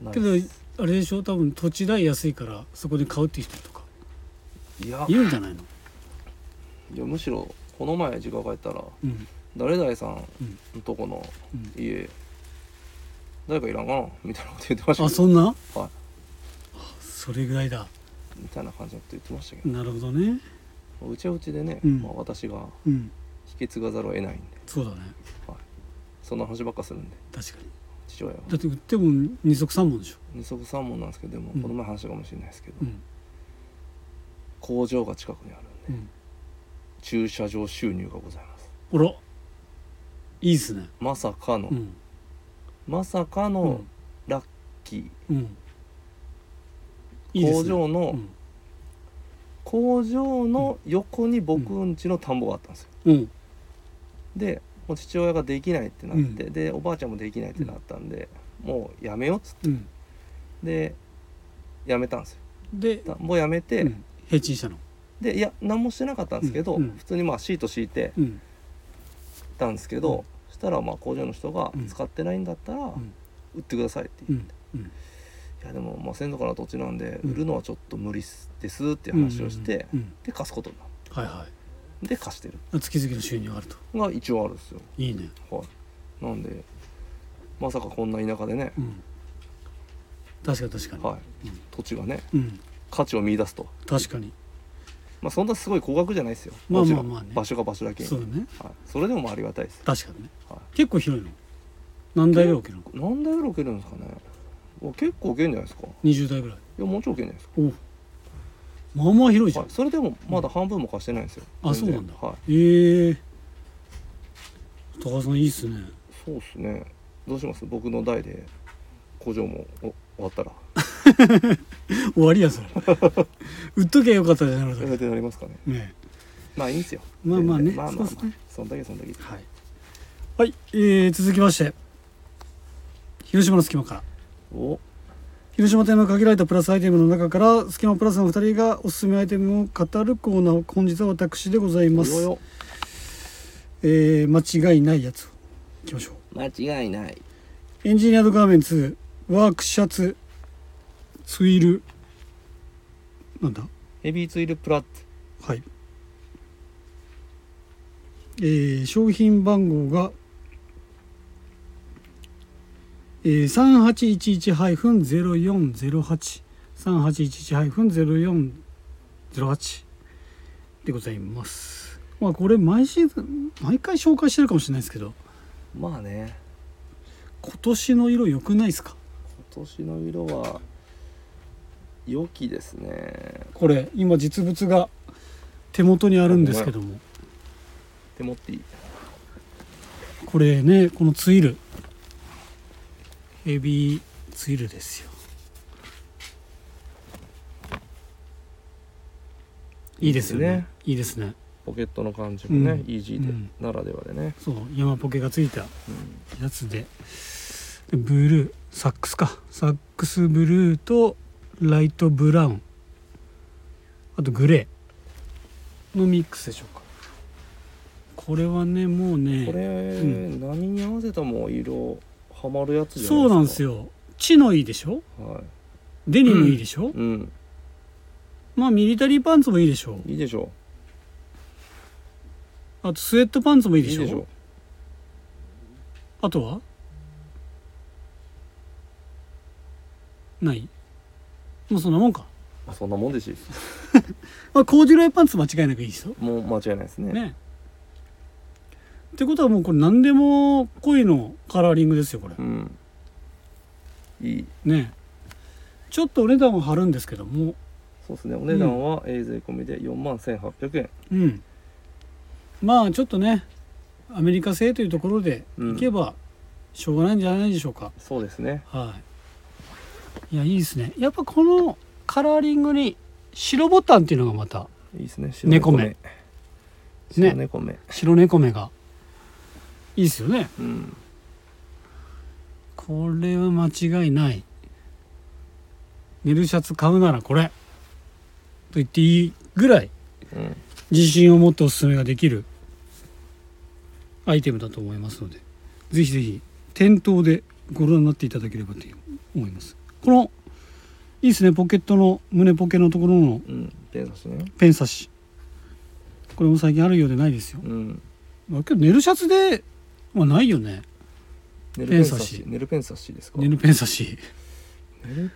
Speaker 1: に
Speaker 2: ない
Speaker 1: けどあれでしょ多分土地代安いからそこで買うっていう人とか
Speaker 2: いや
Speaker 1: いるんじゃないの
Speaker 2: いやむしろこの前実家帰ったら
Speaker 1: うん
Speaker 2: 誰々さん
Speaker 1: うん
Speaker 2: のとこの
Speaker 1: うん
Speaker 2: 家、誰かいらんかなみたいなこと言ってました
Speaker 1: あ
Speaker 2: けど
Speaker 1: そんな、
Speaker 2: はい
Speaker 1: それぐらいだ
Speaker 2: みたいな感じのこと言ってましたけ
Speaker 1: なるほどね
Speaker 2: どうちはうちでね、
Speaker 1: うん
Speaker 2: まあ、私が
Speaker 1: うん
Speaker 2: 引き継がざるを得ないんで
Speaker 1: そうだね
Speaker 2: そんな話ばっかするんで
Speaker 1: 確かに
Speaker 2: 父親は
Speaker 1: だって売っても二足三本でしょ、
Speaker 2: 二足三門なんですけどでも
Speaker 1: うん
Speaker 2: この前話したかもしれないですけど、
Speaker 1: うん
Speaker 2: 工場が近くにあるんで
Speaker 1: うん、
Speaker 2: 駐車場収入がございます
Speaker 1: あらいいっすね
Speaker 2: まさかの、
Speaker 1: うん
Speaker 2: まさか
Speaker 1: う
Speaker 2: の
Speaker 1: ん
Speaker 2: ラッキ
Speaker 1: うん
Speaker 2: ー、
Speaker 1: いいです
Speaker 2: 工
Speaker 1: ね
Speaker 2: 場の、
Speaker 1: うん
Speaker 2: 工場の横に僕んちの田んぼがあったんですよ、
Speaker 1: うん
Speaker 2: でもう父親ができないってなって、でおばあちゃんもできないってなったんで、もうやめようっつっ
Speaker 1: うん
Speaker 2: てでやめたんですよ
Speaker 1: で、
Speaker 2: だもうやめて、
Speaker 1: うん、平地にしたの
Speaker 2: でいや何もしてなかったんですけど、
Speaker 1: うんうん
Speaker 2: 普通にまあシート敷いて
Speaker 1: うん
Speaker 2: たんですけど、そしたらまあ工場の人が
Speaker 1: うん
Speaker 2: 使ってないんだったら
Speaker 1: ん
Speaker 2: 売ってくださいって言って
Speaker 1: うんうん
Speaker 2: いやでもまあ先祖からの土地なんで
Speaker 1: うん
Speaker 2: 売るのはちょっと無理っすですっていう話をして、
Speaker 1: うんうん
Speaker 2: で貸すことになる
Speaker 1: うんはいは
Speaker 2: で貸してる
Speaker 1: い月々の収入があると
Speaker 2: が一応あるんですよ
Speaker 1: いいね
Speaker 2: はいなんでまさかこんな田舎でね、
Speaker 1: うん確かに確かに、
Speaker 2: はい
Speaker 1: うん
Speaker 2: 土地がね
Speaker 1: うん
Speaker 2: 価値を見出すと
Speaker 1: 確かに
Speaker 2: まあそんなすごい高額じゃないですよ
Speaker 1: まあ
Speaker 2: もちろん
Speaker 1: まあまあね
Speaker 2: 場所が場所だけに
Speaker 1: そうだね
Speaker 2: はい、それでもまあありがたいです、
Speaker 1: 確かにね
Speaker 2: は
Speaker 1: 結構広いの何台ぐらい置けるの
Speaker 2: い、何台ぐらい受けるんですかねお結構受けるんじゃないですか
Speaker 1: 20台ぐらい
Speaker 2: いやもうちょい受けるんじゃないですか
Speaker 1: おうまあまあ広いじゃん、
Speaker 2: はい、それでもまだ半分も貸してないんですよ、
Speaker 1: あ
Speaker 2: 全
Speaker 1: そう
Speaker 2: 然
Speaker 1: なんだ、
Speaker 2: はい
Speaker 1: ええ高田さんいいっすね
Speaker 2: そうっすねどうします僕の代で工場もお終わっ たら
Speaker 1: 終わり やそれ売っときゃよかったじゃないの
Speaker 2: それでなりますかね
Speaker 1: ね
Speaker 2: まあいいんですよ
Speaker 1: まあまあね
Speaker 2: 全然まあまあ、
Speaker 1: そうっ
Speaker 2: ますあ
Speaker 1: ね、
Speaker 2: そんだけそんだけ
Speaker 1: はい、はいえー続きまして広島の隙間から
Speaker 2: お
Speaker 1: 広島店の限られたプラスアイテムの中から隙間プラスの2人がおすすめアイテムを語るコーナー本日は私でございます
Speaker 2: よよ
Speaker 1: えー間違いないやつをいきましょう
Speaker 2: 間違いない
Speaker 1: エンジニアードガーメンツワークシャツツイルなんだ
Speaker 2: ヘビーツイルプラット
Speaker 1: はい、えー商品番号が、えー、3811-0408 3811-0408でございますまあこれ毎シーズン毎回紹介してるかもしれないですけど
Speaker 2: まあね
Speaker 1: 今年の色良くないですか
Speaker 2: 今年の色は良きですね
Speaker 1: これ今実物が手元にあるんですけども
Speaker 2: 手持っていい
Speaker 1: これねこのツイルヘビーツイルですよいいですよねいいですね
Speaker 2: ポケットの感じもね、
Speaker 1: うん
Speaker 2: イージーで、
Speaker 1: うん
Speaker 2: ならではでね、
Speaker 1: そう山ポケがついた
Speaker 2: うん
Speaker 1: やつででブルーサックスかサックスブルーとライトブラウンあとグレーのミックスでしょうかこれはねもうね
Speaker 2: これ、
Speaker 1: ん
Speaker 2: 何に合わせたも色ハマるやつじゃないですか
Speaker 1: そうなんです
Speaker 2: よ、
Speaker 1: よ地のいいでしょ
Speaker 2: は
Speaker 1: デニムいいでしょ、
Speaker 2: いうん、
Speaker 1: まあミリタリーパンツもいいでしょう
Speaker 2: いいでしょ
Speaker 1: あとスウェットパンツもい
Speaker 2: い
Speaker 1: いでしょうあとはないもうそんなもんか、
Speaker 2: そんなもんですし
Speaker 1: まあ、コーデュロイパンツ間違いなくいいですよ
Speaker 2: もう間違いないですね
Speaker 1: ねってことはもうこれ何でも濃いのカラーリングですよこれ
Speaker 2: うんいい
Speaker 1: ねちょっとお値段は張るんですけども
Speaker 2: そうですねお値段は、えー税込みで4万1800円
Speaker 1: うんまあちょっとねアメリカ製というところでいけばしょうがないんじゃないでしょうか、
Speaker 2: そうですね
Speaker 1: はい。いや、いいですね。やっぱこのカラーリングに白ボタンっていうのがまた、
Speaker 2: いいですね
Speaker 1: 猫目
Speaker 2: 白猫目、
Speaker 1: 白猫目が、いいですよね。
Speaker 2: うん
Speaker 1: これは間違いない。寝るシャツ買うならこれ。と言っていいぐらい、
Speaker 2: うん
Speaker 1: 自信を持っておすすめができるアイテムだと思いますので、ぜひぜひ、店頭でご覧になっていただければと思います。この、いいですね、ポケットの、胸ポケのところの
Speaker 2: うんペン刺しね
Speaker 1: ペン差しこれも最近あるようでないですよ
Speaker 2: うん
Speaker 1: だけど寝るシャツではないよね
Speaker 2: ネル
Speaker 1: ペンサシ
Speaker 2: ネルペンサシですか
Speaker 1: ネ
Speaker 2: ネル
Speaker 1: ルペンサシ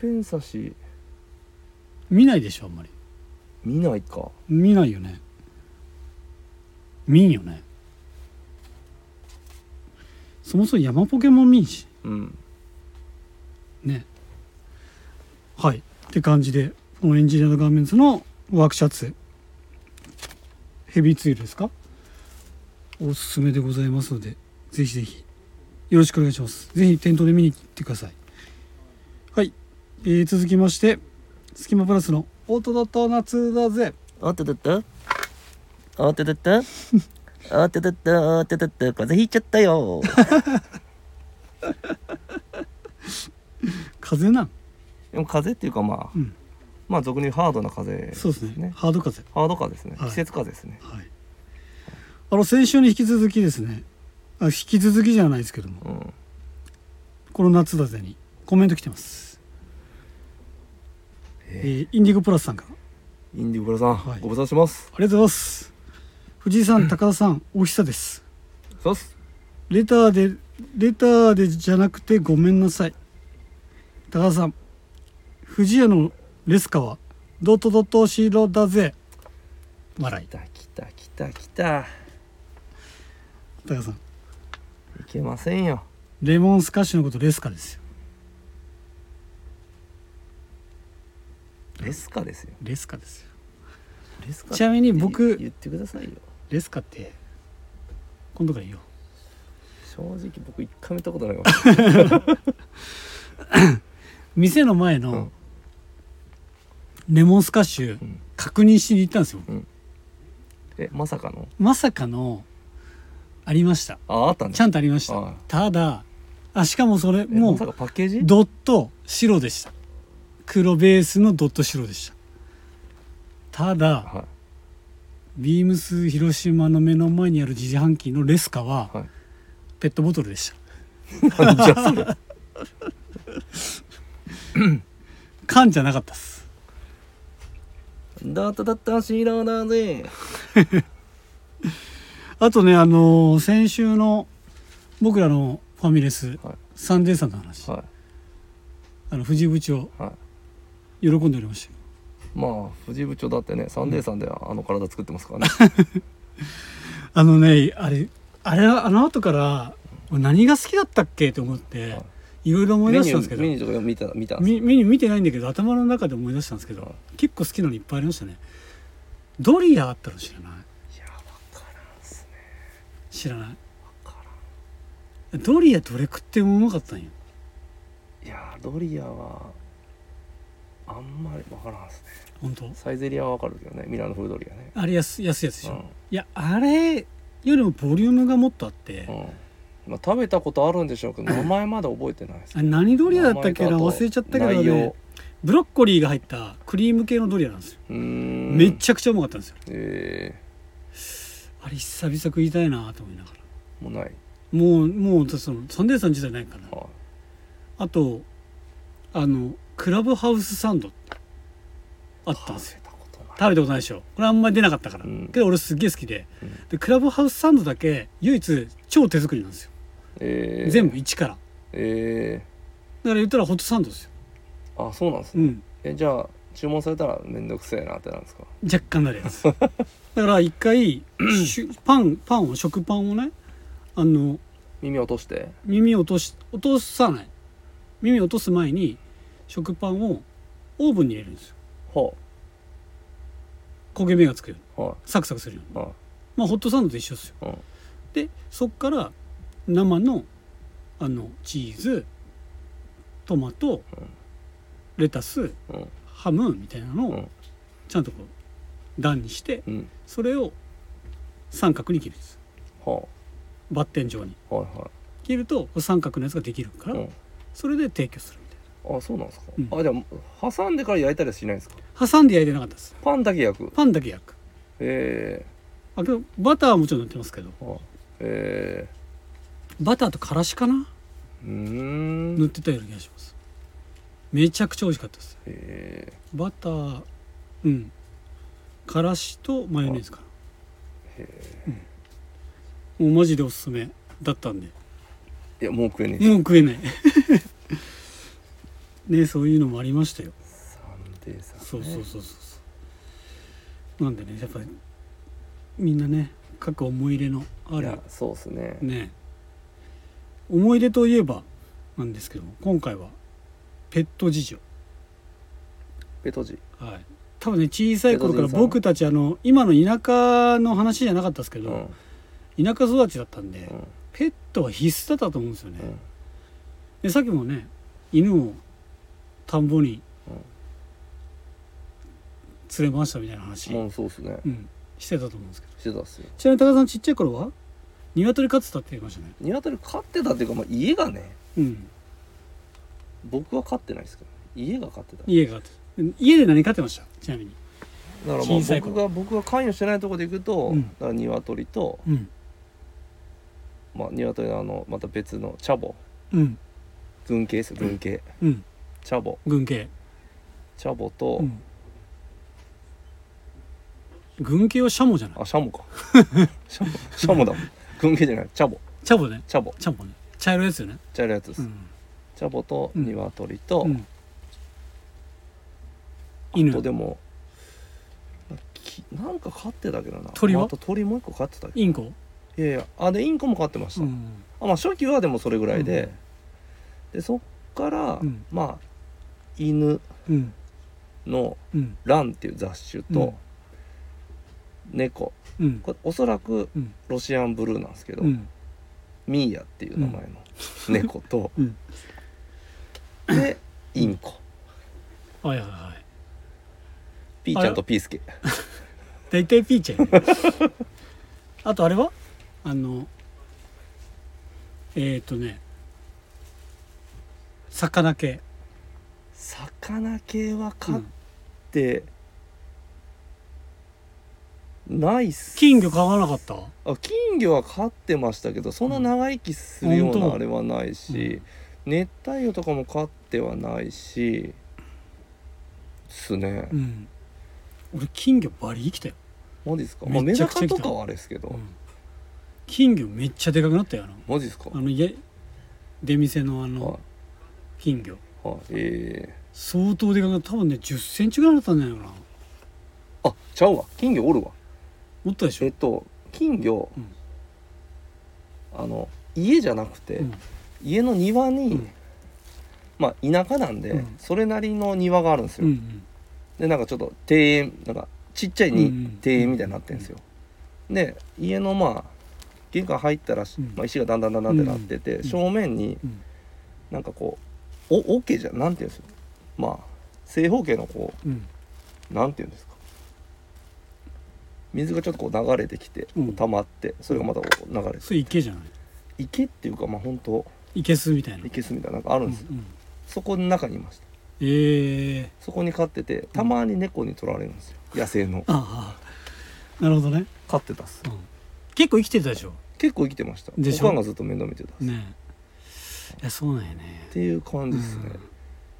Speaker 2: ペンサシ
Speaker 1: 見ないでしょあんまり
Speaker 2: 見ないか
Speaker 1: 見ないよね見んよねそもそも山ポケも見んし
Speaker 2: うん
Speaker 1: ねはいって感じでこのエンジニアドガーメンツのワークシャツヘビーツイルですかおすすめでございますのでぜひぜひよろしくお願いしますぜひ店頭で見に来てくださいはい、えー続きましてスキマプラスの「オートドット夏だぜ
Speaker 2: おっとっ とっとおっとっとっとおっとっとっとおっとっとっと風邪ひいちゃったよ
Speaker 1: 風邪なん
Speaker 2: でも風邪っていうかまあ、
Speaker 1: うん
Speaker 2: まあ俗に言うハードな風邪
Speaker 1: そうですね
Speaker 2: ね
Speaker 1: ハード風邪
Speaker 2: ハード風邪です
Speaker 1: は
Speaker 2: ね
Speaker 1: い
Speaker 2: 季節風邪ですね、
Speaker 1: はいあの先週に引き続きですねあ引き続きじゃないですけども
Speaker 2: うん
Speaker 1: この夏だぜにコメント来てます、えーインディゴプラスさんからあ
Speaker 2: インディブラさん、
Speaker 1: はい
Speaker 2: ご無沙汰します
Speaker 1: りがとうございます藤井さん高田さんお久です
Speaker 2: そうっす
Speaker 1: レターでレターでじゃなくてごめんなさい高田さん藤屋のレスカはドットドットシロだぜ笑い
Speaker 2: 来た来た来た来た
Speaker 1: 高田さん
Speaker 2: いけませんよ
Speaker 1: レモンスカッシュのことレスカですよ
Speaker 2: レスカですよ
Speaker 1: レスカですよ
Speaker 2: レスカ
Speaker 1: ちなみに僕
Speaker 2: 言ってくださいよ
Speaker 1: レスカって今度から言おう
Speaker 2: 正直僕一回も行ったことないわ
Speaker 1: 店の前のレモンスカッシュ
Speaker 2: うん
Speaker 1: 確認しに行ったんですよ
Speaker 2: えまさかの
Speaker 1: まさかのありました
Speaker 2: ああったん
Speaker 1: ち
Speaker 2: だ
Speaker 1: ゃんとありまし
Speaker 2: あ
Speaker 1: たた
Speaker 2: あ
Speaker 1: だあしかもそれ
Speaker 2: え
Speaker 1: も
Speaker 2: まさ
Speaker 1: う
Speaker 2: かパッケージ
Speaker 1: ドット白でした黒ベースのドット白でしたただ
Speaker 2: は
Speaker 1: ビームス広島の目の前にある自販機のレスカはい
Speaker 2: はい
Speaker 1: ペットボトルでした
Speaker 2: なん じゃそれ
Speaker 1: 缶じゃなかったっす
Speaker 2: だっただった知らなぜ
Speaker 1: あとねあのー先週の僕らのファミレス、
Speaker 2: はい
Speaker 1: サンデーさんの話、
Speaker 2: は
Speaker 1: あの藤井部長
Speaker 2: いはい
Speaker 1: 喜んでおりましたよ
Speaker 2: まあ藤井部長だってねサンデーさんであの体作ってますからね
Speaker 1: あのねあれあれはあの後から俺何が好きだったっけと思って
Speaker 2: はい
Speaker 1: ろいろ思い出
Speaker 2: メニ
Speaker 1: したんです
Speaker 2: ュ
Speaker 1: け
Speaker 2: ー
Speaker 1: ど
Speaker 2: メニューとかでも見た見たんです
Speaker 1: みメニュー見てないんだけど頭の中で思い出したんですけ
Speaker 2: はい
Speaker 1: ど結構好きなのいっぱいありましたねドリアあったの知らない
Speaker 2: いやわからんっすね
Speaker 1: 知らない
Speaker 2: わか
Speaker 1: ドリアどれ食ってもうまかったんよ
Speaker 2: らんいやドリアはあんまりわからんっすね
Speaker 1: 本当
Speaker 2: サイゼリアはわかるけどねミラノ風ドリアね
Speaker 1: あれ安安いやつでしょ、
Speaker 2: うん
Speaker 1: いやあれよりもボリュームがもっとあって、
Speaker 2: うんまあ、食べたことあるんでしょうけど名前まで覚えてないです
Speaker 1: あれ何ドリアだったっけな
Speaker 2: 名前とあと
Speaker 1: 忘れちゃったけど
Speaker 2: 内
Speaker 1: ね
Speaker 2: 容
Speaker 1: ブロッコリーが入ったクリーム系のドリアなんですよ、
Speaker 2: うーん
Speaker 1: めちゃくちゃうまかったんですよ
Speaker 2: え
Speaker 1: あれ久々食いたいなと思いながら
Speaker 2: ー、もうない、
Speaker 1: もうもうそのサンデーさん自体ないから
Speaker 2: は
Speaker 1: あとあのクラブハウスサンドあったんですよ
Speaker 2: い、食べたことない
Speaker 1: 食べたことないでしょこれあんまり出なかったから、
Speaker 2: うん
Speaker 1: けど俺すっげえ好きで,、
Speaker 2: うん
Speaker 1: でクラブハウスサンドだけ唯一超手作りなんですよ、
Speaker 2: えー、
Speaker 1: 全部一からだか
Speaker 2: え
Speaker 1: ら言ったらホットサンドですよ、
Speaker 2: ー、あそうなんです
Speaker 1: う
Speaker 2: ね、
Speaker 1: ん、
Speaker 2: えじゃあ注文されたら面倒くせえなってなんですか
Speaker 1: 若干なるや つだから一回しゅパンパンを食パンをねあの
Speaker 2: 耳落として
Speaker 1: 耳を落とし落とさない耳を落とす前に食パンをオーブンに入れるんですよ
Speaker 2: は
Speaker 1: 焦げ目がつくように
Speaker 2: あは
Speaker 1: サクサクするように
Speaker 2: いは
Speaker 1: まあホットサンドと一緒ですよ
Speaker 2: いうん
Speaker 1: でそっから生のあのチーズトマト
Speaker 2: うん
Speaker 1: レタス
Speaker 2: うん
Speaker 1: ハムみたいなの
Speaker 2: う
Speaker 1: を
Speaker 2: ん
Speaker 1: ちゃんとこう段にして
Speaker 2: うん
Speaker 1: それを三角に切るんです
Speaker 2: は
Speaker 1: バッテン状に
Speaker 2: あは
Speaker 1: 切ると三角のやつができるか
Speaker 2: い
Speaker 1: ら、
Speaker 2: はい、
Speaker 1: それで提供するみたい
Speaker 2: うん、あそうなんですか、
Speaker 1: うん
Speaker 2: あじゃあ挟んでから焼いたりはしないんですか
Speaker 1: な挟んで焼いてなかったです
Speaker 2: パンだけ焼く
Speaker 1: パンだけ焼く
Speaker 2: え
Speaker 1: あけどバターはもちろん塗ってますけど
Speaker 2: ー、はあえ
Speaker 1: バターとからしかな
Speaker 2: ー、うー
Speaker 1: 塗っ
Speaker 2: ん
Speaker 1: てたような気がしますめちゃくちゃ美味しかったです
Speaker 2: え
Speaker 1: バターうんからしとマヨネーズかな
Speaker 2: へ
Speaker 1: うんもうマジでおすすめだったんで
Speaker 2: いやもう食えねえ
Speaker 1: もう食えない ねそういうのもありましたよ
Speaker 2: サンデーさん、ね、
Speaker 1: そうそうそうそうそうなんでねやっぱりみんなね各思い入れのあ
Speaker 2: い
Speaker 1: る
Speaker 2: やそうっすね
Speaker 1: ね思い出といえばなんですけども今回はペット事情
Speaker 2: ペトジ
Speaker 1: はい多分ね小さい頃から
Speaker 2: ペット人さん
Speaker 1: 僕たちあの今の田舎の話じゃなかったですけ
Speaker 2: うん
Speaker 1: ど、
Speaker 2: うん
Speaker 1: 田舎育ちだったんで、
Speaker 2: うん
Speaker 1: ペットは必須だったと思うんですよね、でさっきもね犬を田んぼに連れ回したみたいな話、
Speaker 2: うんそうっすね
Speaker 1: うんしてたと思うんですけど
Speaker 2: してたっすよ
Speaker 1: ちなみに高田さんちっちゃい頃は鶏飼ってたって言いましたね
Speaker 2: 鶏飼ってたっていうか、まあ、家がね
Speaker 1: うん
Speaker 2: 僕は飼ってないですけど家が飼ってた
Speaker 1: 家があって家で何飼ってましたちなみに
Speaker 2: だからまあ
Speaker 1: 小さい頃
Speaker 2: 僕が僕が関与してないところでいくと、
Speaker 1: うん
Speaker 2: だから鶏と、
Speaker 1: うん
Speaker 2: まあ、鶏のあのまた別のチャボ
Speaker 1: うん
Speaker 2: 軍系ですよ軍系、
Speaker 1: うん
Speaker 2: チャボ
Speaker 1: 軍系
Speaker 2: チャボと、
Speaker 1: うん軍系はシャモじゃない
Speaker 2: あシャ モかシャモシャモだもん軍系じゃないチャボ
Speaker 1: チャボね
Speaker 2: チャボ
Speaker 1: チャボね茶色いやつよね
Speaker 2: 茶色いやつです、
Speaker 1: うん、
Speaker 2: チャボと
Speaker 1: うん
Speaker 2: 鶏と、
Speaker 1: うん、
Speaker 2: あと
Speaker 1: 犬
Speaker 2: でもまあきなんか飼ってたけどな
Speaker 1: 鳥は
Speaker 2: まああと鳥もう一個飼ってたけ
Speaker 1: インコ
Speaker 2: どいやいやあでインコも飼ってました、
Speaker 1: うん
Speaker 2: あまあ初期はでもそれぐらいで、でそっから、
Speaker 1: うん
Speaker 2: まあ犬
Speaker 1: うん
Speaker 2: の
Speaker 1: うん
Speaker 2: ランっていう雑種と、猫
Speaker 1: うん
Speaker 2: これおそらく
Speaker 1: うん
Speaker 2: ロシアンブルーなんですけど、
Speaker 1: うん
Speaker 2: ミーヤっていう名前の猫と、
Speaker 1: うん
Speaker 2: でインコ
Speaker 1: はいはいはい
Speaker 2: ピーちゃんとピースケ
Speaker 1: 大体ピーちゃんやね あとあれはあのえっ、ー、とね魚系
Speaker 2: 魚系は飼ってないっす
Speaker 1: 金魚買わなかった
Speaker 2: あ金魚は飼ってましたけどそんな長生きするよう
Speaker 1: うん
Speaker 2: な
Speaker 1: 本当
Speaker 2: あれはないし、熱帯魚とかも飼ってはないしっすね
Speaker 1: う、ん俺金魚バリ生きたよ、
Speaker 2: マジっすか、まあ、
Speaker 1: め
Speaker 2: メ
Speaker 1: ちゃ
Speaker 2: ダ
Speaker 1: くち
Speaker 2: カ
Speaker 1: ゃ来た
Speaker 2: とかはあれですけど、
Speaker 1: うん金魚めっちゃでかくなったよあの
Speaker 2: マジっすか
Speaker 1: あの家出店のあ
Speaker 2: は
Speaker 1: の金魚
Speaker 2: いはいえ
Speaker 1: 相当でかくなった多分ね1 0ンチぐらいだったんじゃないかな
Speaker 2: ー、あちゃうわ金魚おるわ
Speaker 1: 持ったでし
Speaker 2: え
Speaker 1: ょ
Speaker 2: っと金魚、
Speaker 1: うん
Speaker 2: あの家じゃなくて、
Speaker 1: うん
Speaker 2: 家の庭に、
Speaker 1: うん
Speaker 2: まあ田舎なんで、
Speaker 1: うん
Speaker 2: それなりの庭があるんです
Speaker 1: う
Speaker 2: よ、
Speaker 1: ん
Speaker 2: でなんかちょっと庭園なんかちっちゃいに、
Speaker 1: うんうん
Speaker 2: 庭園みたいになってるんですよ、で家のまあ玄関入ったらし、
Speaker 1: うん
Speaker 2: まあ、石がだんだんだんだんってなってて、
Speaker 1: ん
Speaker 2: 正面に
Speaker 1: うん
Speaker 2: なんかこうお桶じゃなんていうんですよまあ正方形のこう
Speaker 1: うん
Speaker 2: なんていうんですか水がちょっとこう流れてきて、
Speaker 1: うん
Speaker 2: 溜まってそれがまたこう流れて
Speaker 1: それ池じゃない
Speaker 2: 池っていうかまあ本当
Speaker 1: 池すみたいな
Speaker 2: 池すみたいなのがあるんですよ、
Speaker 1: うんうん
Speaker 2: そこの中にいました
Speaker 1: ええー、
Speaker 2: そこに飼っててたまに猫に取られるんですよ野生の
Speaker 1: ああなるほどね、
Speaker 2: 飼ってたっす
Speaker 1: うん、結構生きてたでしょ
Speaker 2: 結構生きてました
Speaker 1: でしょ
Speaker 2: おかんがずっと面倒見てたっす、
Speaker 1: ねえいやそうなんやね
Speaker 2: っていう感じですね、
Speaker 1: うん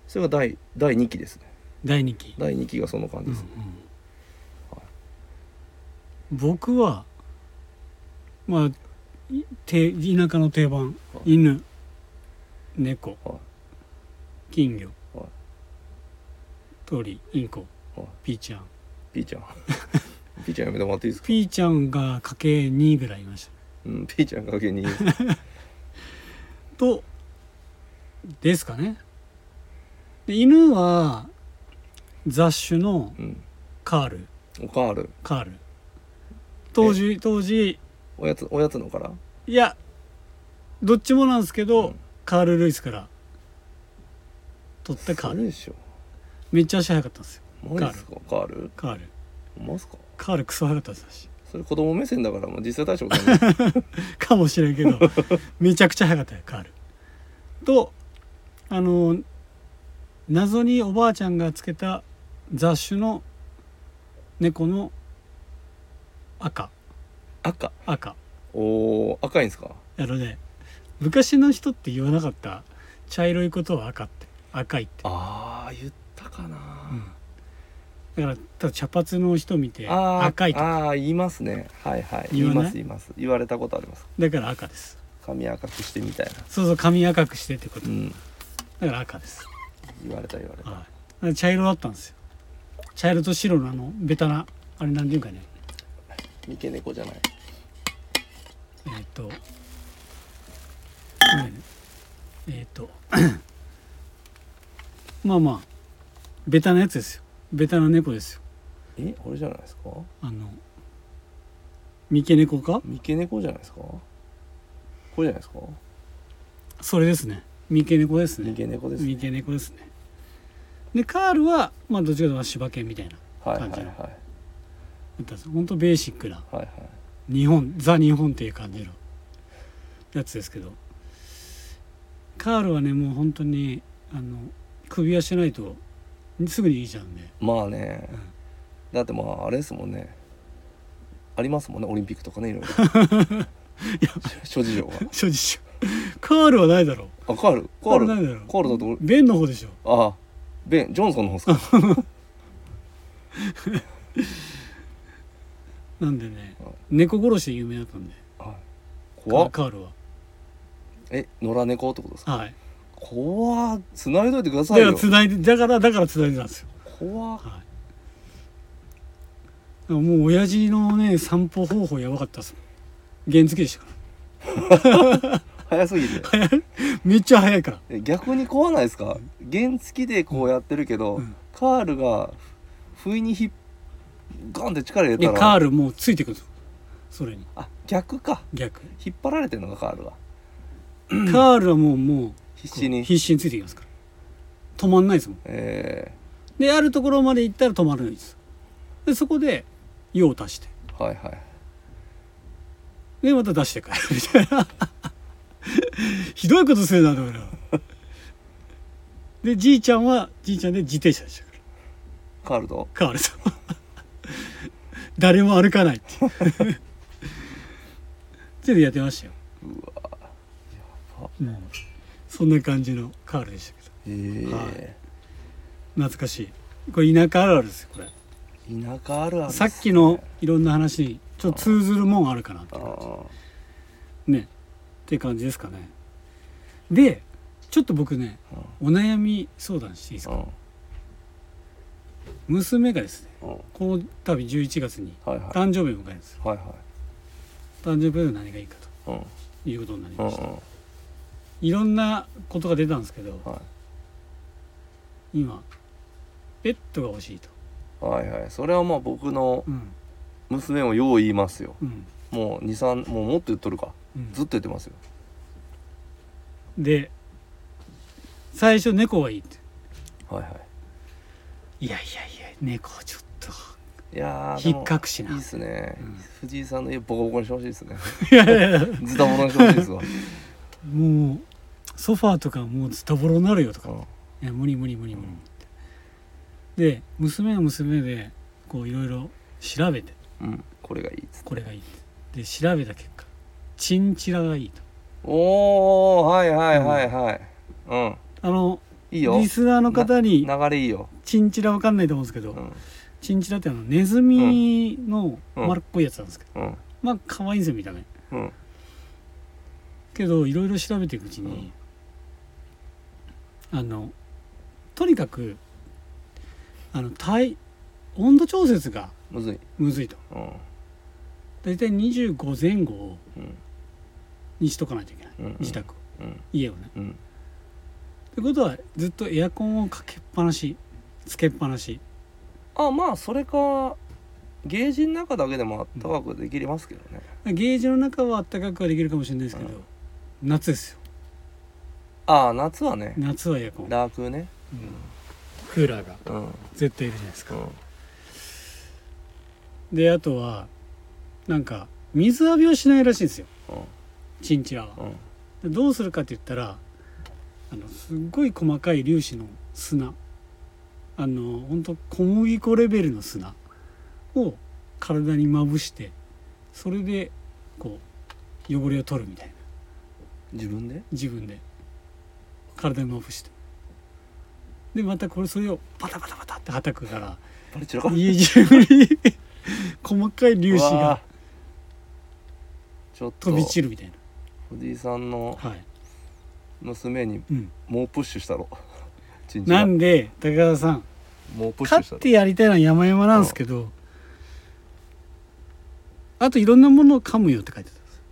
Speaker 2: それが第第2期ですね
Speaker 1: 第二期、
Speaker 2: 第2期がその感
Speaker 1: う
Speaker 2: じ
Speaker 1: んう
Speaker 2: で
Speaker 1: ん
Speaker 2: すね、はい
Speaker 1: 僕はまあいて田舎の定番
Speaker 2: はい
Speaker 1: 犬猫
Speaker 2: はい
Speaker 1: 金魚
Speaker 2: はい
Speaker 1: 鳥インコ
Speaker 2: はい
Speaker 1: ピーちゃん
Speaker 2: ピーちゃん ピーちゃんやめてもらっていい ですか、
Speaker 1: ピーちゃんが家計2ぐらいいました
Speaker 2: うん、ピーちゃんがけに
Speaker 1: とですかねで犬は雑種の
Speaker 2: うん
Speaker 1: カール
Speaker 2: おかわる
Speaker 1: カール当時当時
Speaker 2: おやつおやつのから
Speaker 1: いやどっちもなんですけど、
Speaker 2: うん
Speaker 1: カール・ルイスから取ったカー
Speaker 2: 軽
Speaker 1: ル
Speaker 2: いでしょ
Speaker 1: めっちゃ足速かったんですよ
Speaker 2: マジですかカール
Speaker 1: カール
Speaker 2: マジっすか
Speaker 1: カールクソ速かったですし
Speaker 2: それ子供目線だからもう実際大したことない
Speaker 1: かもしれんけ どめちゃくちゃ速かったよカールとあの謎におばあちゃんがつけた雑種の猫の赤
Speaker 2: 赤
Speaker 1: 赤
Speaker 2: おー赤いんですか
Speaker 1: あのね昔の人って言わなかった茶色いことは赤って赤いってだか
Speaker 2: あー言ったかな、
Speaker 1: らただ茶髪の人見て
Speaker 2: あー
Speaker 1: 赤いと
Speaker 2: あー言いますねはいはい
Speaker 1: 言
Speaker 2: 言
Speaker 1: わ
Speaker 2: い
Speaker 1: ない
Speaker 2: ます言います言われたことあります
Speaker 1: だから赤です
Speaker 2: 髪赤くしてみたいな、
Speaker 1: そうそう髪赤くしてってこと
Speaker 2: うん、
Speaker 1: だから赤です、
Speaker 2: 言われた言われた
Speaker 1: はい、茶色だったんですよ茶色と白のあのベタなあれなんていうかね
Speaker 2: 三毛猫じゃない
Speaker 1: えーっと、ごめんねえーっと、 まあまあ、ベタなやつですよ。ベタな猫ですよ。
Speaker 2: え俺じゃないですか
Speaker 1: あの、三毛猫か
Speaker 2: 三毛猫じゃないですかこれじゃないですか
Speaker 1: それですね。三毛猫です
Speaker 2: 三
Speaker 1: ね。
Speaker 2: 毛猫です
Speaker 1: 三
Speaker 2: ね
Speaker 1: 毛猫ですね。で、カールは、まあ、どっちかというと柴犬みたいな。だ
Speaker 2: はいはいは
Speaker 1: 感じ
Speaker 2: い
Speaker 1: のったんですよほんとベーシックな、
Speaker 2: はいはい
Speaker 1: 日本、ザ日本っていう感じのやつですけど、カールはね、もう本当に、あの、首輪してないと、すぐにいいちゃうんで。
Speaker 2: まあね
Speaker 1: うん
Speaker 2: だってまああれですもんねありますもんねオリンピックとか ねいろいろ諸事情が
Speaker 1: 諸事情カールはないだろ
Speaker 2: あカールカール
Speaker 1: カールな
Speaker 2: カ
Speaker 1: いだろ
Speaker 2: ールだと俺
Speaker 1: ベンの方でしょ
Speaker 2: ああベンジョンソンの方です か
Speaker 1: なんでね
Speaker 2: はい
Speaker 1: 猫殺しで有名だったんで
Speaker 2: はい怖
Speaker 1: カ
Speaker 2: っ
Speaker 1: カールは
Speaker 2: え野良猫ってことですか
Speaker 1: はい
Speaker 2: 怖っ繋いどいてくだ
Speaker 1: だ
Speaker 2: さい
Speaker 1: から
Speaker 2: よ
Speaker 1: つないでだからだからつないでたんですよ
Speaker 2: 怖っ
Speaker 1: はいだからもう親父のね散歩方法やばかったっすもん原付でしたか
Speaker 2: 早すぎて
Speaker 1: ら めっちゃ速いから
Speaker 2: え逆に怖ないですか原付でこうやってるけど、
Speaker 1: うん
Speaker 2: カールが不意にひっガンって力入
Speaker 1: い
Speaker 2: れ
Speaker 1: や
Speaker 2: たら
Speaker 1: カールもうついてくるんですよそれに
Speaker 2: あ逆か
Speaker 1: 逆
Speaker 2: 引っ張られてんのかカールは
Speaker 1: カールはもうもう
Speaker 2: 必
Speaker 1: こう
Speaker 2: 死に
Speaker 1: 必死についてきますから止まんないですもん
Speaker 2: え
Speaker 1: であるところまで行ったら止まるんですでそこで用を足して
Speaker 2: ー、はいはい
Speaker 1: でまた出して帰るみたいなひどいことするなと思いながらでじいちゃんはじいちゃんで自転車でしたから
Speaker 2: カールと
Speaker 1: カールさん誰も歩かないっていう っていうのやってましたようんそんな感じのカールでしたけど
Speaker 2: えー
Speaker 1: 懐かしいこれ田舎あるあるですよこれ
Speaker 2: 田舎あるあるす
Speaker 1: さっきのいろんな話にちょっと通ずるもんあるかな
Speaker 2: あー
Speaker 1: ねって感じですかねでちょっと僕ねお悩み相談していいです
Speaker 2: う
Speaker 1: か
Speaker 2: ん
Speaker 1: 娘がですね
Speaker 2: うんうん
Speaker 1: この度11月に
Speaker 2: はいはい
Speaker 1: 誕生日を迎えるんですよ
Speaker 2: はいはい
Speaker 1: 誕生日プレゼント何がいいか
Speaker 2: うん
Speaker 1: ということになり
Speaker 2: うんう
Speaker 1: ま
Speaker 2: ん
Speaker 1: したいろんなことが出たんですけど
Speaker 2: は
Speaker 1: 今ペットが欲しいと
Speaker 2: いはいはいそれはまあ僕の
Speaker 1: うん
Speaker 2: 娘をよう言いますよ
Speaker 1: うん
Speaker 2: もう23もうもっと言っとるか
Speaker 1: うん
Speaker 2: ずっと言ってますよ
Speaker 1: で最初猫がいいって
Speaker 2: はいはい
Speaker 1: いやいやいや猫はちょっと
Speaker 2: いやーで
Speaker 1: 引
Speaker 2: も
Speaker 1: っかくしない
Speaker 2: いっすね、
Speaker 1: うん
Speaker 2: 藤井さんの家ボコボコにしてほしいですね
Speaker 1: いやいやいや
Speaker 2: ズタボロにしてほしいですわ、
Speaker 1: もうソファーとかもうズタボロになるよとか
Speaker 2: うん
Speaker 1: いや無理無理無理無理、
Speaker 2: うん
Speaker 1: で娘は娘でこういろいろ調べて
Speaker 2: うん、これがいいっつって
Speaker 1: これがいいってで調べた結果チンチラがいいと
Speaker 2: おおはいはいはいはいうん、
Speaker 1: あの
Speaker 2: いいよ
Speaker 1: リスナーの方に
Speaker 2: 流れいいよ、
Speaker 1: チンチラわかんないと思うんですけど、
Speaker 2: うん
Speaker 1: チンチラってあのネズミの
Speaker 2: うん
Speaker 1: 丸っこいやつなんですけど、
Speaker 2: うん
Speaker 1: まあ可愛いんですよ見た目
Speaker 2: うん、
Speaker 1: けどいろいろ調べていくうちに、あのとにかくあの体温度調節が
Speaker 2: むずい、
Speaker 1: むずいと
Speaker 2: うん
Speaker 1: 大体25前後を
Speaker 2: うん
Speaker 1: にしとかないといけない
Speaker 2: うん、
Speaker 1: 自宅を
Speaker 2: うん
Speaker 1: 家をね
Speaker 2: うん
Speaker 1: ってことはずっとエアコンをかけっぱなしつけっぱなし
Speaker 2: あまあそれかゲージの中だけでもあったかくできますけどね、
Speaker 1: ゲージの中は暖かくはできるかもしれないですけど
Speaker 2: うん
Speaker 1: 夏ですよ
Speaker 2: ああ夏はね
Speaker 1: 夏はエアコン、うん
Speaker 2: ラークね
Speaker 1: クーラーが
Speaker 2: うんうん
Speaker 1: 絶対いるじゃないですかであとはなんか水浴びをしないらしいんですよチンチラは
Speaker 2: うん
Speaker 1: でどうするかって言ったらあのすっごい細かい粒子の砂あの本当小麦粉レベルの砂を体にまぶしてそれでこう汚れを取るみたいな
Speaker 2: 自分で
Speaker 1: 自分で体にまぶしてでまたこれそれをバタバタバタってはたくから
Speaker 2: バレ散らかる
Speaker 1: 家中に 細かい粒子
Speaker 2: うわ
Speaker 1: が
Speaker 2: ーちょっと
Speaker 1: 飛び散るみたいな
Speaker 2: 藤井さんの
Speaker 1: はい
Speaker 2: 娘に
Speaker 1: うん、
Speaker 2: 猛プッシュ したろちんち
Speaker 1: な
Speaker 2: が
Speaker 1: んで高田さん
Speaker 2: 猛プッシュ
Speaker 1: 勝
Speaker 2: した
Speaker 1: っ
Speaker 2: ろ
Speaker 1: てやりたいのは山々なんですけどあといろんなものを噛むよって書いてたんです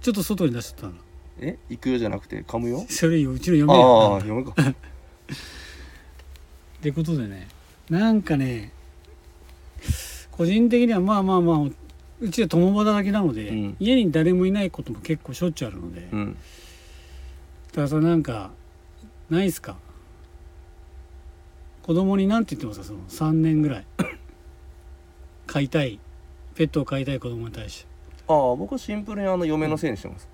Speaker 1: ちょっと外に出しちゃったな
Speaker 2: え行くよじゃなくて噛むよ
Speaker 1: それようちの嫁
Speaker 2: ああ
Speaker 1: よ
Speaker 2: 読むか
Speaker 1: ってことでねなんかね個人的にはまあまあまあうちは共働きなので、
Speaker 2: うん
Speaker 1: 家に誰もいないことも結構しょっちゅうあるので、
Speaker 2: うん
Speaker 1: 高田さんなんかないっすか子供になんて言ってますかその3年ぐらい 飼いたいペットを飼いたい子供に対して
Speaker 2: ああ僕はシンプルにあの嫁のせいにしてます、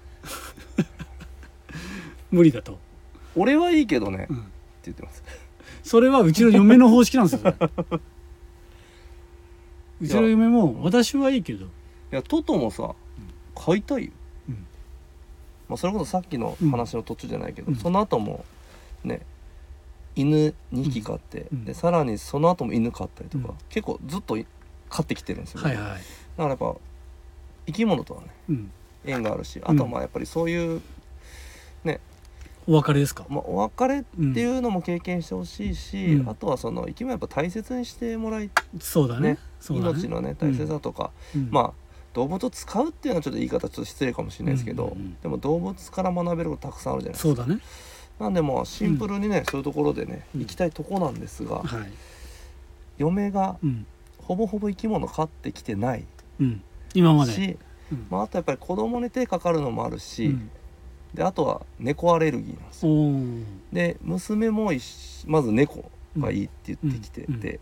Speaker 1: 無理だと、
Speaker 2: 俺はいいけどね、
Speaker 1: う
Speaker 2: って
Speaker 1: ん
Speaker 2: 言ってます
Speaker 1: それはうちの嫁の方式なんですよそれうちの嫁も私はいいけど
Speaker 2: いやトトもさ買いたいよ、
Speaker 1: うん
Speaker 2: まあ、それこそさっきの話の途中じゃないけど、
Speaker 1: うん
Speaker 2: その後もね犬2匹飼って、
Speaker 1: うん
Speaker 2: でさらにその後も犬飼ったりとか、
Speaker 1: うん
Speaker 2: 結構ずっとい飼ってきてるんですよ、
Speaker 1: はいはい、
Speaker 2: だからやっぱ生き物とはね
Speaker 1: うん、
Speaker 2: 縁があるしあとはまあやっぱりそういう、
Speaker 1: お別れですか、
Speaker 2: まあ、お別れっ
Speaker 1: うん
Speaker 2: ていうのも経験してほしいし、
Speaker 1: うん
Speaker 2: あとはその生き物やっぱ大切にしてもらい、
Speaker 1: そうだね
Speaker 2: ね
Speaker 1: そうだね
Speaker 2: 命のね大切さとか、
Speaker 1: うん
Speaker 2: まあ動物を使うっていうのはちょっと言い方ちょっと失礼かもしれないですけど、
Speaker 1: うんうんうん
Speaker 2: でも動物から学べることたくさんあるじゃないです
Speaker 1: そ
Speaker 2: か
Speaker 1: うだね
Speaker 2: なんでまあシンプルにね、そういうところでね
Speaker 1: うん
Speaker 2: 行きたいとこなんですが、
Speaker 1: はい
Speaker 2: 嫁が
Speaker 1: うん
Speaker 2: ほぼほぼ生き物飼ってきてない
Speaker 1: うん今まで、
Speaker 2: し、
Speaker 1: うん
Speaker 2: まあ、あとやっぱり子供に手かかるのもあるし、
Speaker 1: うん
Speaker 2: であとは猫アレルギーなんですよ
Speaker 1: おー
Speaker 2: で娘も一緒まず猫がいいって言ってきてて、
Speaker 1: うんうん
Speaker 2: で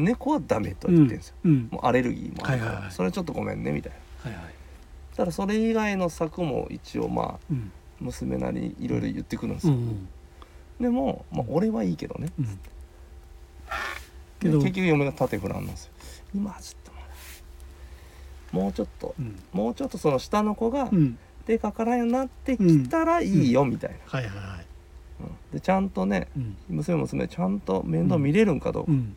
Speaker 2: 猫はダメとは言ってるんですよ、
Speaker 1: うん
Speaker 2: もうアレルギーもあるか
Speaker 1: は
Speaker 2: ら、
Speaker 1: いはいはい
Speaker 2: それはちょっとごめんねみたいな
Speaker 1: はいはい
Speaker 2: ただそれ以外の策も一応まあ
Speaker 1: うん
Speaker 2: 娘なりにいろいろ言ってくるんです
Speaker 1: う
Speaker 2: よ、
Speaker 1: ん
Speaker 2: でも、まあ、俺はいいけどね
Speaker 1: うんけ
Speaker 2: で
Speaker 1: ど
Speaker 2: 結局嫁が縦振らんなんですよ今はちょっとまだもうちょっと
Speaker 1: うん
Speaker 2: もうちょっとその下の子が
Speaker 1: うん
Speaker 2: 手かからんようになってきたらいいよみたいな、
Speaker 1: はいはいはい
Speaker 2: うんでちゃんとね
Speaker 1: うん
Speaker 2: 娘娘ちゃんと面倒見れるんかどう
Speaker 1: う
Speaker 2: かっ
Speaker 1: ん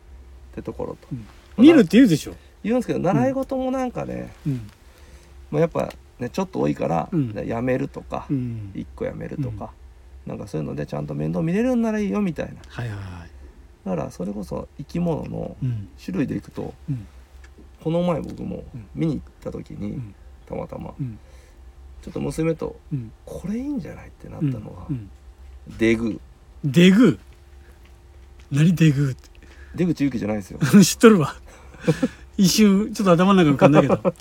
Speaker 2: てところと、
Speaker 1: うん見るって言うでしょ
Speaker 2: 言うんですけど習い事もなんかね、
Speaker 1: うん
Speaker 2: まあ、やっぱねちょっと多いから、
Speaker 1: うん
Speaker 2: ねやめるとか、
Speaker 1: うん
Speaker 2: 一個やめるとか、なんかそういうのでちゃんと面倒見れるんならいいよみたいな
Speaker 1: はいはいはい
Speaker 2: だからそれこそ生き物の
Speaker 1: うん
Speaker 2: 種類でいくと
Speaker 1: うん
Speaker 2: この前僕も
Speaker 1: うん
Speaker 2: 見に行った時に、
Speaker 1: うん
Speaker 2: たまたま
Speaker 1: うん
Speaker 2: ちょっと娘と
Speaker 1: うん
Speaker 2: 「これいいんじゃない?」ってなっ
Speaker 1: う
Speaker 2: た
Speaker 1: ん
Speaker 2: のは、
Speaker 1: うん
Speaker 2: デグ
Speaker 1: デグー何デグーって
Speaker 2: 出口ゆきじゃないですよ
Speaker 1: 知っと るわ一瞬ちょっと頭の中浮かんだけど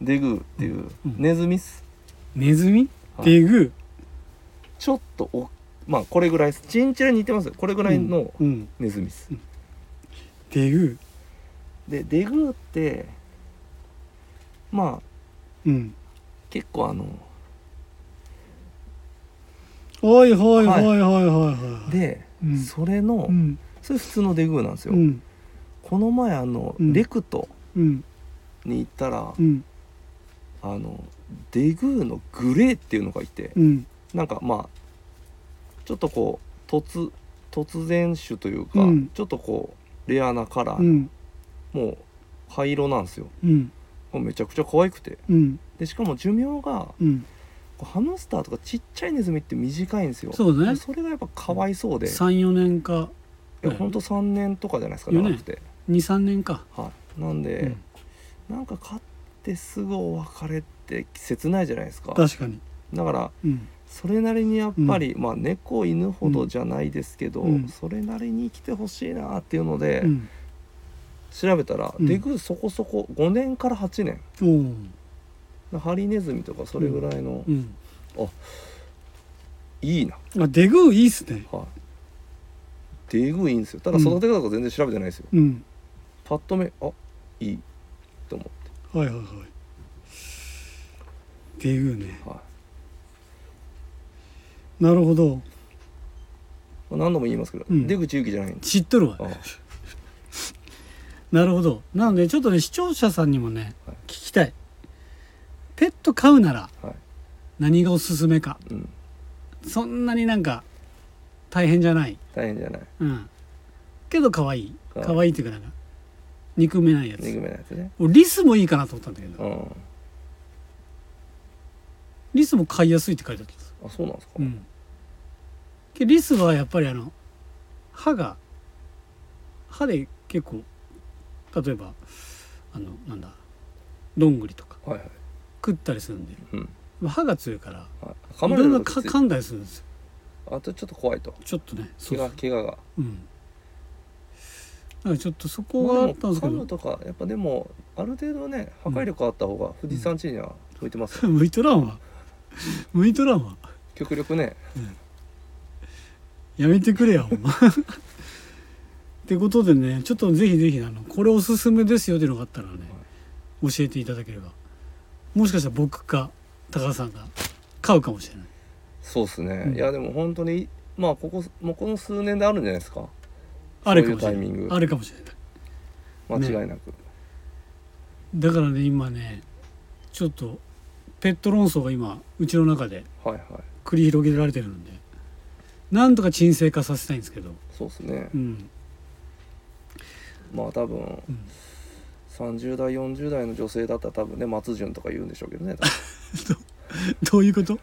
Speaker 2: デグっていう
Speaker 1: うん
Speaker 2: ネズミっす、
Speaker 1: ネズミ
Speaker 2: はい
Speaker 1: デグ
Speaker 2: ちょっとおまあこれぐらいっすチンチラに似てますよこれぐ
Speaker 1: ー
Speaker 2: らいの
Speaker 1: うんうん
Speaker 2: ネズミっす、
Speaker 1: デグ
Speaker 2: でデグってまあ
Speaker 1: ーうん
Speaker 2: 結構あの
Speaker 1: おいほいほ
Speaker 2: はいい
Speaker 1: ほいほいはい
Speaker 2: で、
Speaker 1: うん
Speaker 2: それの、
Speaker 1: うん
Speaker 2: それ普通のデグーなんですよ、
Speaker 1: うん
Speaker 2: この前あの、
Speaker 1: うん
Speaker 2: レクト
Speaker 1: うん
Speaker 2: に行ったら、
Speaker 1: うん
Speaker 2: あのデグーのグレーっていうのがいて、
Speaker 1: うん
Speaker 2: なんかまあちょっとこう突突然種というか、
Speaker 1: うん
Speaker 2: ちょっとこうレアなカラ
Speaker 1: う
Speaker 2: ー、
Speaker 1: ん
Speaker 2: もう灰色なんですよ
Speaker 1: うん
Speaker 2: もうめちゃくちゃ可愛くて
Speaker 1: うん
Speaker 2: でしかも寿命が
Speaker 1: うん
Speaker 2: こうハムスターとかちっちゃいネズミって短いんですよ
Speaker 1: そうだ
Speaker 2: で
Speaker 1: ね
Speaker 2: それがやっぱかわいそうで、い
Speaker 1: 34年か
Speaker 2: やほんと3年とかじゃないですか
Speaker 1: よ
Speaker 2: 長
Speaker 1: ね
Speaker 2: くて、
Speaker 1: 23年か
Speaker 2: はい、なんで、なんか飼ってすぐお別れって切ないじゃないですか
Speaker 1: 確かに、
Speaker 2: だから
Speaker 1: うん、
Speaker 2: それなりにやっぱり、まあ猫犬ほどじゃないですけど、
Speaker 1: うん
Speaker 2: それなりに生きてほしいなっていうので、
Speaker 1: うん、
Speaker 2: 調べたら、
Speaker 1: うん
Speaker 2: デグーそこそこ5年から8年
Speaker 1: おー
Speaker 2: ハリネズミとかそれぐらいの、
Speaker 1: うん、
Speaker 2: いいな、
Speaker 1: あデグーいいっすね
Speaker 2: はい、デグーいいんですよただ育て方とか全然調べてないですよ、
Speaker 1: うん
Speaker 2: パッと目あいいと思っ
Speaker 1: はいはいはいデグーね
Speaker 2: て、はいま
Speaker 1: なるほど
Speaker 2: あ何度も言いますけど、
Speaker 1: うん
Speaker 2: 出口ゆきじゃないんです
Speaker 1: 知っとるわ
Speaker 2: あ
Speaker 1: なるほどなのでちょっとね視聴者さんにもね、
Speaker 2: はい
Speaker 1: 聞きたいペット飼うなら
Speaker 2: はい
Speaker 1: 何がおすすめか
Speaker 2: うん
Speaker 1: そんなになんか大変じゃない
Speaker 2: 大変じゃない
Speaker 1: うんけど可愛い
Speaker 2: はい
Speaker 1: 可愛いっていうかなんか憎めないやつ
Speaker 2: 憎めないやつね
Speaker 1: 俺リスもいいかなと思ったんだけど
Speaker 2: うん
Speaker 1: リスも買いやすいって書いてあったんです、
Speaker 2: あそうなんですか、
Speaker 1: うん、けリスはやっぱりあの歯が歯で結構例えばあのなんだどんぐりとか
Speaker 2: はいはい、
Speaker 1: 食ったりするんで
Speaker 2: うん、
Speaker 1: 歯が強いから
Speaker 2: はい噛
Speaker 1: い
Speaker 2: ま
Speaker 1: ろ
Speaker 2: れ
Speaker 1: ん
Speaker 2: る
Speaker 1: な
Speaker 2: の
Speaker 1: か
Speaker 2: か
Speaker 1: 噛んだりするんですよ
Speaker 2: あとちょっと怖いと
Speaker 1: ちょっとねそうそ
Speaker 2: 怪我
Speaker 1: う
Speaker 2: 怪我が
Speaker 1: うんだからちょっとそこ
Speaker 2: ま
Speaker 1: が
Speaker 2: あ
Speaker 1: あ
Speaker 2: で
Speaker 1: ったん
Speaker 2: も
Speaker 1: ですけ
Speaker 2: 噛
Speaker 1: ど
Speaker 2: むとかやっぱでもある程度ね破壊力あった方が富士山地には向いてますよ、
Speaker 1: 向いとらんわ向いとらんわ
Speaker 2: 極力ね
Speaker 1: やめてくれよほ んまってことでねちょっとぜひぜひあのこれおすすめですよっていうのがあったらね、教えていただければもしかしたら僕か高田さんが買うかもしれない
Speaker 2: そうっすね、
Speaker 1: うん
Speaker 2: いやでも本当にまあここもうこの数年であるんじゃないですか
Speaker 1: あれかもしれ
Speaker 2: そういうタイミ
Speaker 1: な
Speaker 2: ン
Speaker 1: い
Speaker 2: グ
Speaker 1: あれかもしれない
Speaker 2: 間違いなく、
Speaker 1: だからね今ねちょっとペット論争が今うちの中で
Speaker 2: はいはい
Speaker 1: 繰り広げられてるんでなんとか沈静化させたいんですけど
Speaker 2: そうっすね
Speaker 1: うん
Speaker 2: まあ多分
Speaker 1: うん
Speaker 2: 30代40代の女性だったら多分ね松潤とか言うんでしょうけどね多
Speaker 1: どういうこと
Speaker 2: 分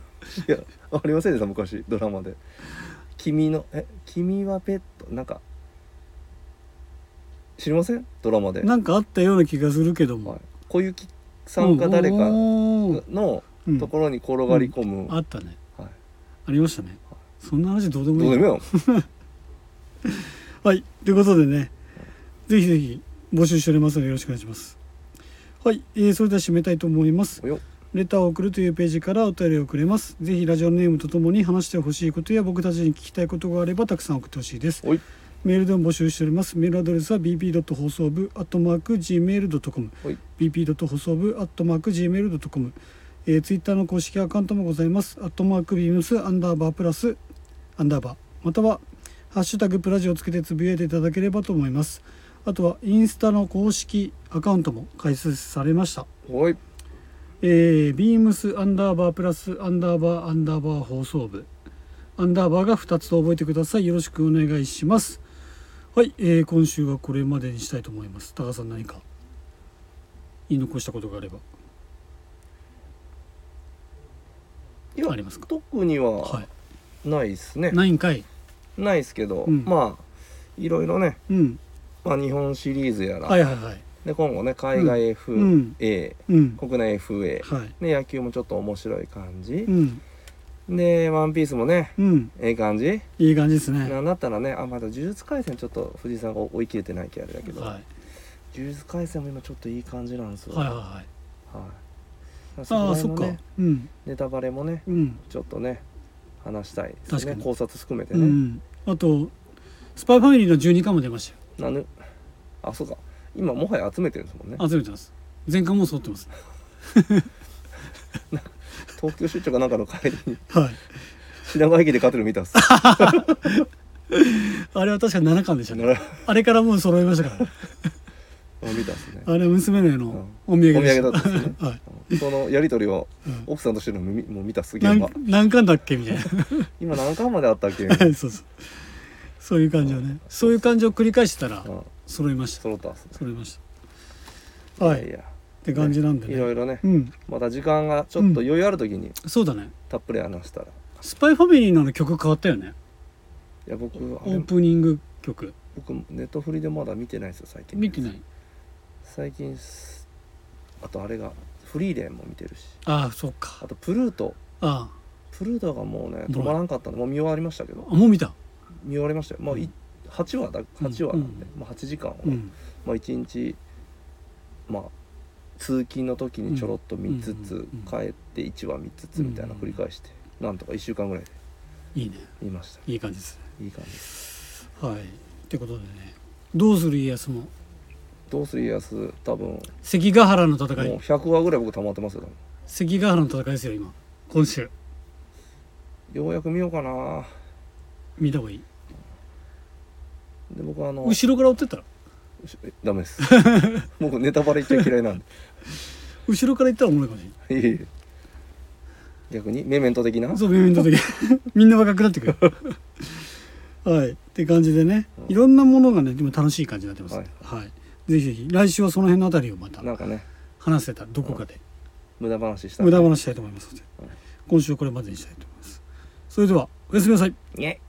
Speaker 2: い やありませんでした昔ドラマで「君のえ君はペット」なんか知りませんドラマで、
Speaker 1: なんかあったような気がするけども、
Speaker 2: はい、小雪さんか誰か
Speaker 1: うんおー
Speaker 2: の
Speaker 1: うん
Speaker 2: ところに転がり込む、
Speaker 1: あったね
Speaker 2: はい、
Speaker 1: ありましたねそんな話どうでもい
Speaker 2: どう
Speaker 1: い
Speaker 2: でもよ
Speaker 1: はいということでねぜひぜひ募集しておりますのでよろしくお願いしますはい、えーそれでは締めたいと思います
Speaker 2: よ
Speaker 1: レターを送るというページからお便りをくれますぜひラジオネームとともに話してほしいことや僕たちに聞きたいことがあればたくさん送ってほしいです
Speaker 2: おい
Speaker 1: メールでも募集しております。メールアドレスは bp. 放送部 .gmail.com
Speaker 2: はい
Speaker 1: bp. 放送部 .gmail.com えー、ツイッターの公式アカウントもございます。アットマークビームスアンダーバープラスアンダーバーまたはハッシュタグプラジをつけてつぶやいていただければと思います。あとはインスタの公式アカウントも開設されました。
Speaker 2: おい
Speaker 1: えー、ビームスアンダーバープラスアンダーバーアンダーバー放送部アンダーバーが2つと覚えてくださいよろしくお願いしますはい、えー今週はこれまでにしたいと思います高橋さん何か言い残したことがあれば
Speaker 2: いや
Speaker 1: ありますか
Speaker 2: 特に
Speaker 1: は
Speaker 2: はいないですね、
Speaker 1: ないんかい
Speaker 2: ないですけど、
Speaker 1: うん
Speaker 2: まあいろいろね、
Speaker 1: うん
Speaker 2: まあ、日本シリーズやら、
Speaker 1: はいはいはい
Speaker 2: で今後ね海外 FA、
Speaker 1: うんうん
Speaker 2: 国内 FA
Speaker 1: はい
Speaker 2: で野球もちょっと面白い感じ
Speaker 1: う、ん
Speaker 2: で「ワンピースもね
Speaker 1: うん
Speaker 2: ええ感じ、
Speaker 1: いい感じですね
Speaker 2: なんだったらねあまだ呪術廻戦ちょっと藤井さんが追い切れてないけどあれだけど、
Speaker 1: は
Speaker 2: 呪術廻戦も今ちょっといい感じなんです
Speaker 1: い
Speaker 2: よ
Speaker 1: はいはいはい
Speaker 2: は
Speaker 1: ああ
Speaker 2: いこら
Speaker 1: そっ
Speaker 2: 辺の
Speaker 1: か
Speaker 2: ね
Speaker 1: うん
Speaker 2: ネタバレもね
Speaker 1: うん
Speaker 2: ちょっとね話したいで
Speaker 1: 確
Speaker 2: す
Speaker 1: か
Speaker 2: ね
Speaker 1: に
Speaker 2: 考察含めて
Speaker 1: う
Speaker 2: ね、
Speaker 1: んあとスパイファミリーの12巻も出ましたよ
Speaker 2: なぬあそうか今もはや集めてるんですもんね
Speaker 1: 集めてます全巻も揃って ます
Speaker 2: 東京出張かなんかの帰りに
Speaker 1: はい
Speaker 2: 品川駅で買ってるの見たっす
Speaker 1: あれは確か7巻でした
Speaker 2: な
Speaker 1: ね。
Speaker 2: ら
Speaker 1: あれからもう揃いました から。
Speaker 2: 見たっすね
Speaker 1: あれは娘ののお土産でした。
Speaker 2: お土産だった んですね
Speaker 1: はい。
Speaker 2: そのやり取りを
Speaker 1: うん
Speaker 2: 奥さんとしてるのも見もう見たっす現
Speaker 1: 何
Speaker 2: 場
Speaker 1: 何巻だっけみたい な。
Speaker 2: 今何巻まであったっ け
Speaker 1: そうそう。そういう感じをね。そういう感じを繰り返してたら
Speaker 2: うん
Speaker 1: 揃いました。
Speaker 2: 揃ったっすね
Speaker 1: 揃いました。はい。
Speaker 2: い
Speaker 1: っ
Speaker 2: や
Speaker 1: て感じなんで
Speaker 2: いろ
Speaker 1: ね。
Speaker 2: いろね
Speaker 1: うん。
Speaker 2: また時間がちょっと余裕ある時に
Speaker 1: そうだね。
Speaker 2: たっぷり話したら、
Speaker 1: スパイファミリーのあの曲変わったよね。
Speaker 2: いや僕あ
Speaker 1: オ
Speaker 2: れ
Speaker 1: ープニング曲。
Speaker 2: 僕ネットフリでまだ見てないですよ最近
Speaker 1: 見てない。
Speaker 2: 最近すあとあれがフリーレンも見てるし
Speaker 1: ああ、そっ
Speaker 2: あ
Speaker 1: か。
Speaker 2: とプルート
Speaker 1: あ
Speaker 2: プルートがもうね止まらんかったのもう見終わりましたけど
Speaker 1: あ。あもう見た。
Speaker 2: 見終わりましたよ、まあ、
Speaker 1: う
Speaker 2: い
Speaker 1: ん
Speaker 2: 8話だ8話なんで、
Speaker 1: う
Speaker 2: まあ、8時間をね、
Speaker 1: うん。
Speaker 2: まあ、1日、まあ、通勤の時にちょろっと見つ
Speaker 1: うんう
Speaker 2: つ
Speaker 1: ん、うん
Speaker 2: 帰って1話見つつみたいな
Speaker 1: うん
Speaker 2: 繰り返して、なんとか1週間ぐらいで
Speaker 1: いいね。
Speaker 2: 見ました
Speaker 1: いい感じですね。
Speaker 2: いい感じです
Speaker 1: はい。ってことでね、どうする家康も
Speaker 2: どうする家康多分も
Speaker 1: 関ヶ原の戦
Speaker 2: う
Speaker 1: い、
Speaker 2: 100話ぐらい僕溜まってますよ多分
Speaker 1: 関ヶ原の戦いですよ今。今週
Speaker 2: ようやく見ようかな
Speaker 1: 見た方がいい。
Speaker 2: で僕あの
Speaker 1: 後ろから追ってったら、
Speaker 2: えダメです 僕ネタバレ言っちゃ嫌いなんで
Speaker 1: 後ろから行ったらおもろいかもしれ
Speaker 2: いえいえ逆にメメント的な
Speaker 1: ない。そう微妙な時、 みんな若くなってくる。 はい。って感じでね、いろんなものがね今楽しい感じになってます。は
Speaker 2: はいい。
Speaker 1: ぜひぜひ来週はその辺のあたりをまた
Speaker 2: なんかね
Speaker 1: 話せたらどこかで
Speaker 2: 無駄話した
Speaker 1: 無駄話したいと思いますので、
Speaker 2: はい
Speaker 1: 今週はこれまでにしたいと思いますそれではおやすみなさい
Speaker 2: イェイ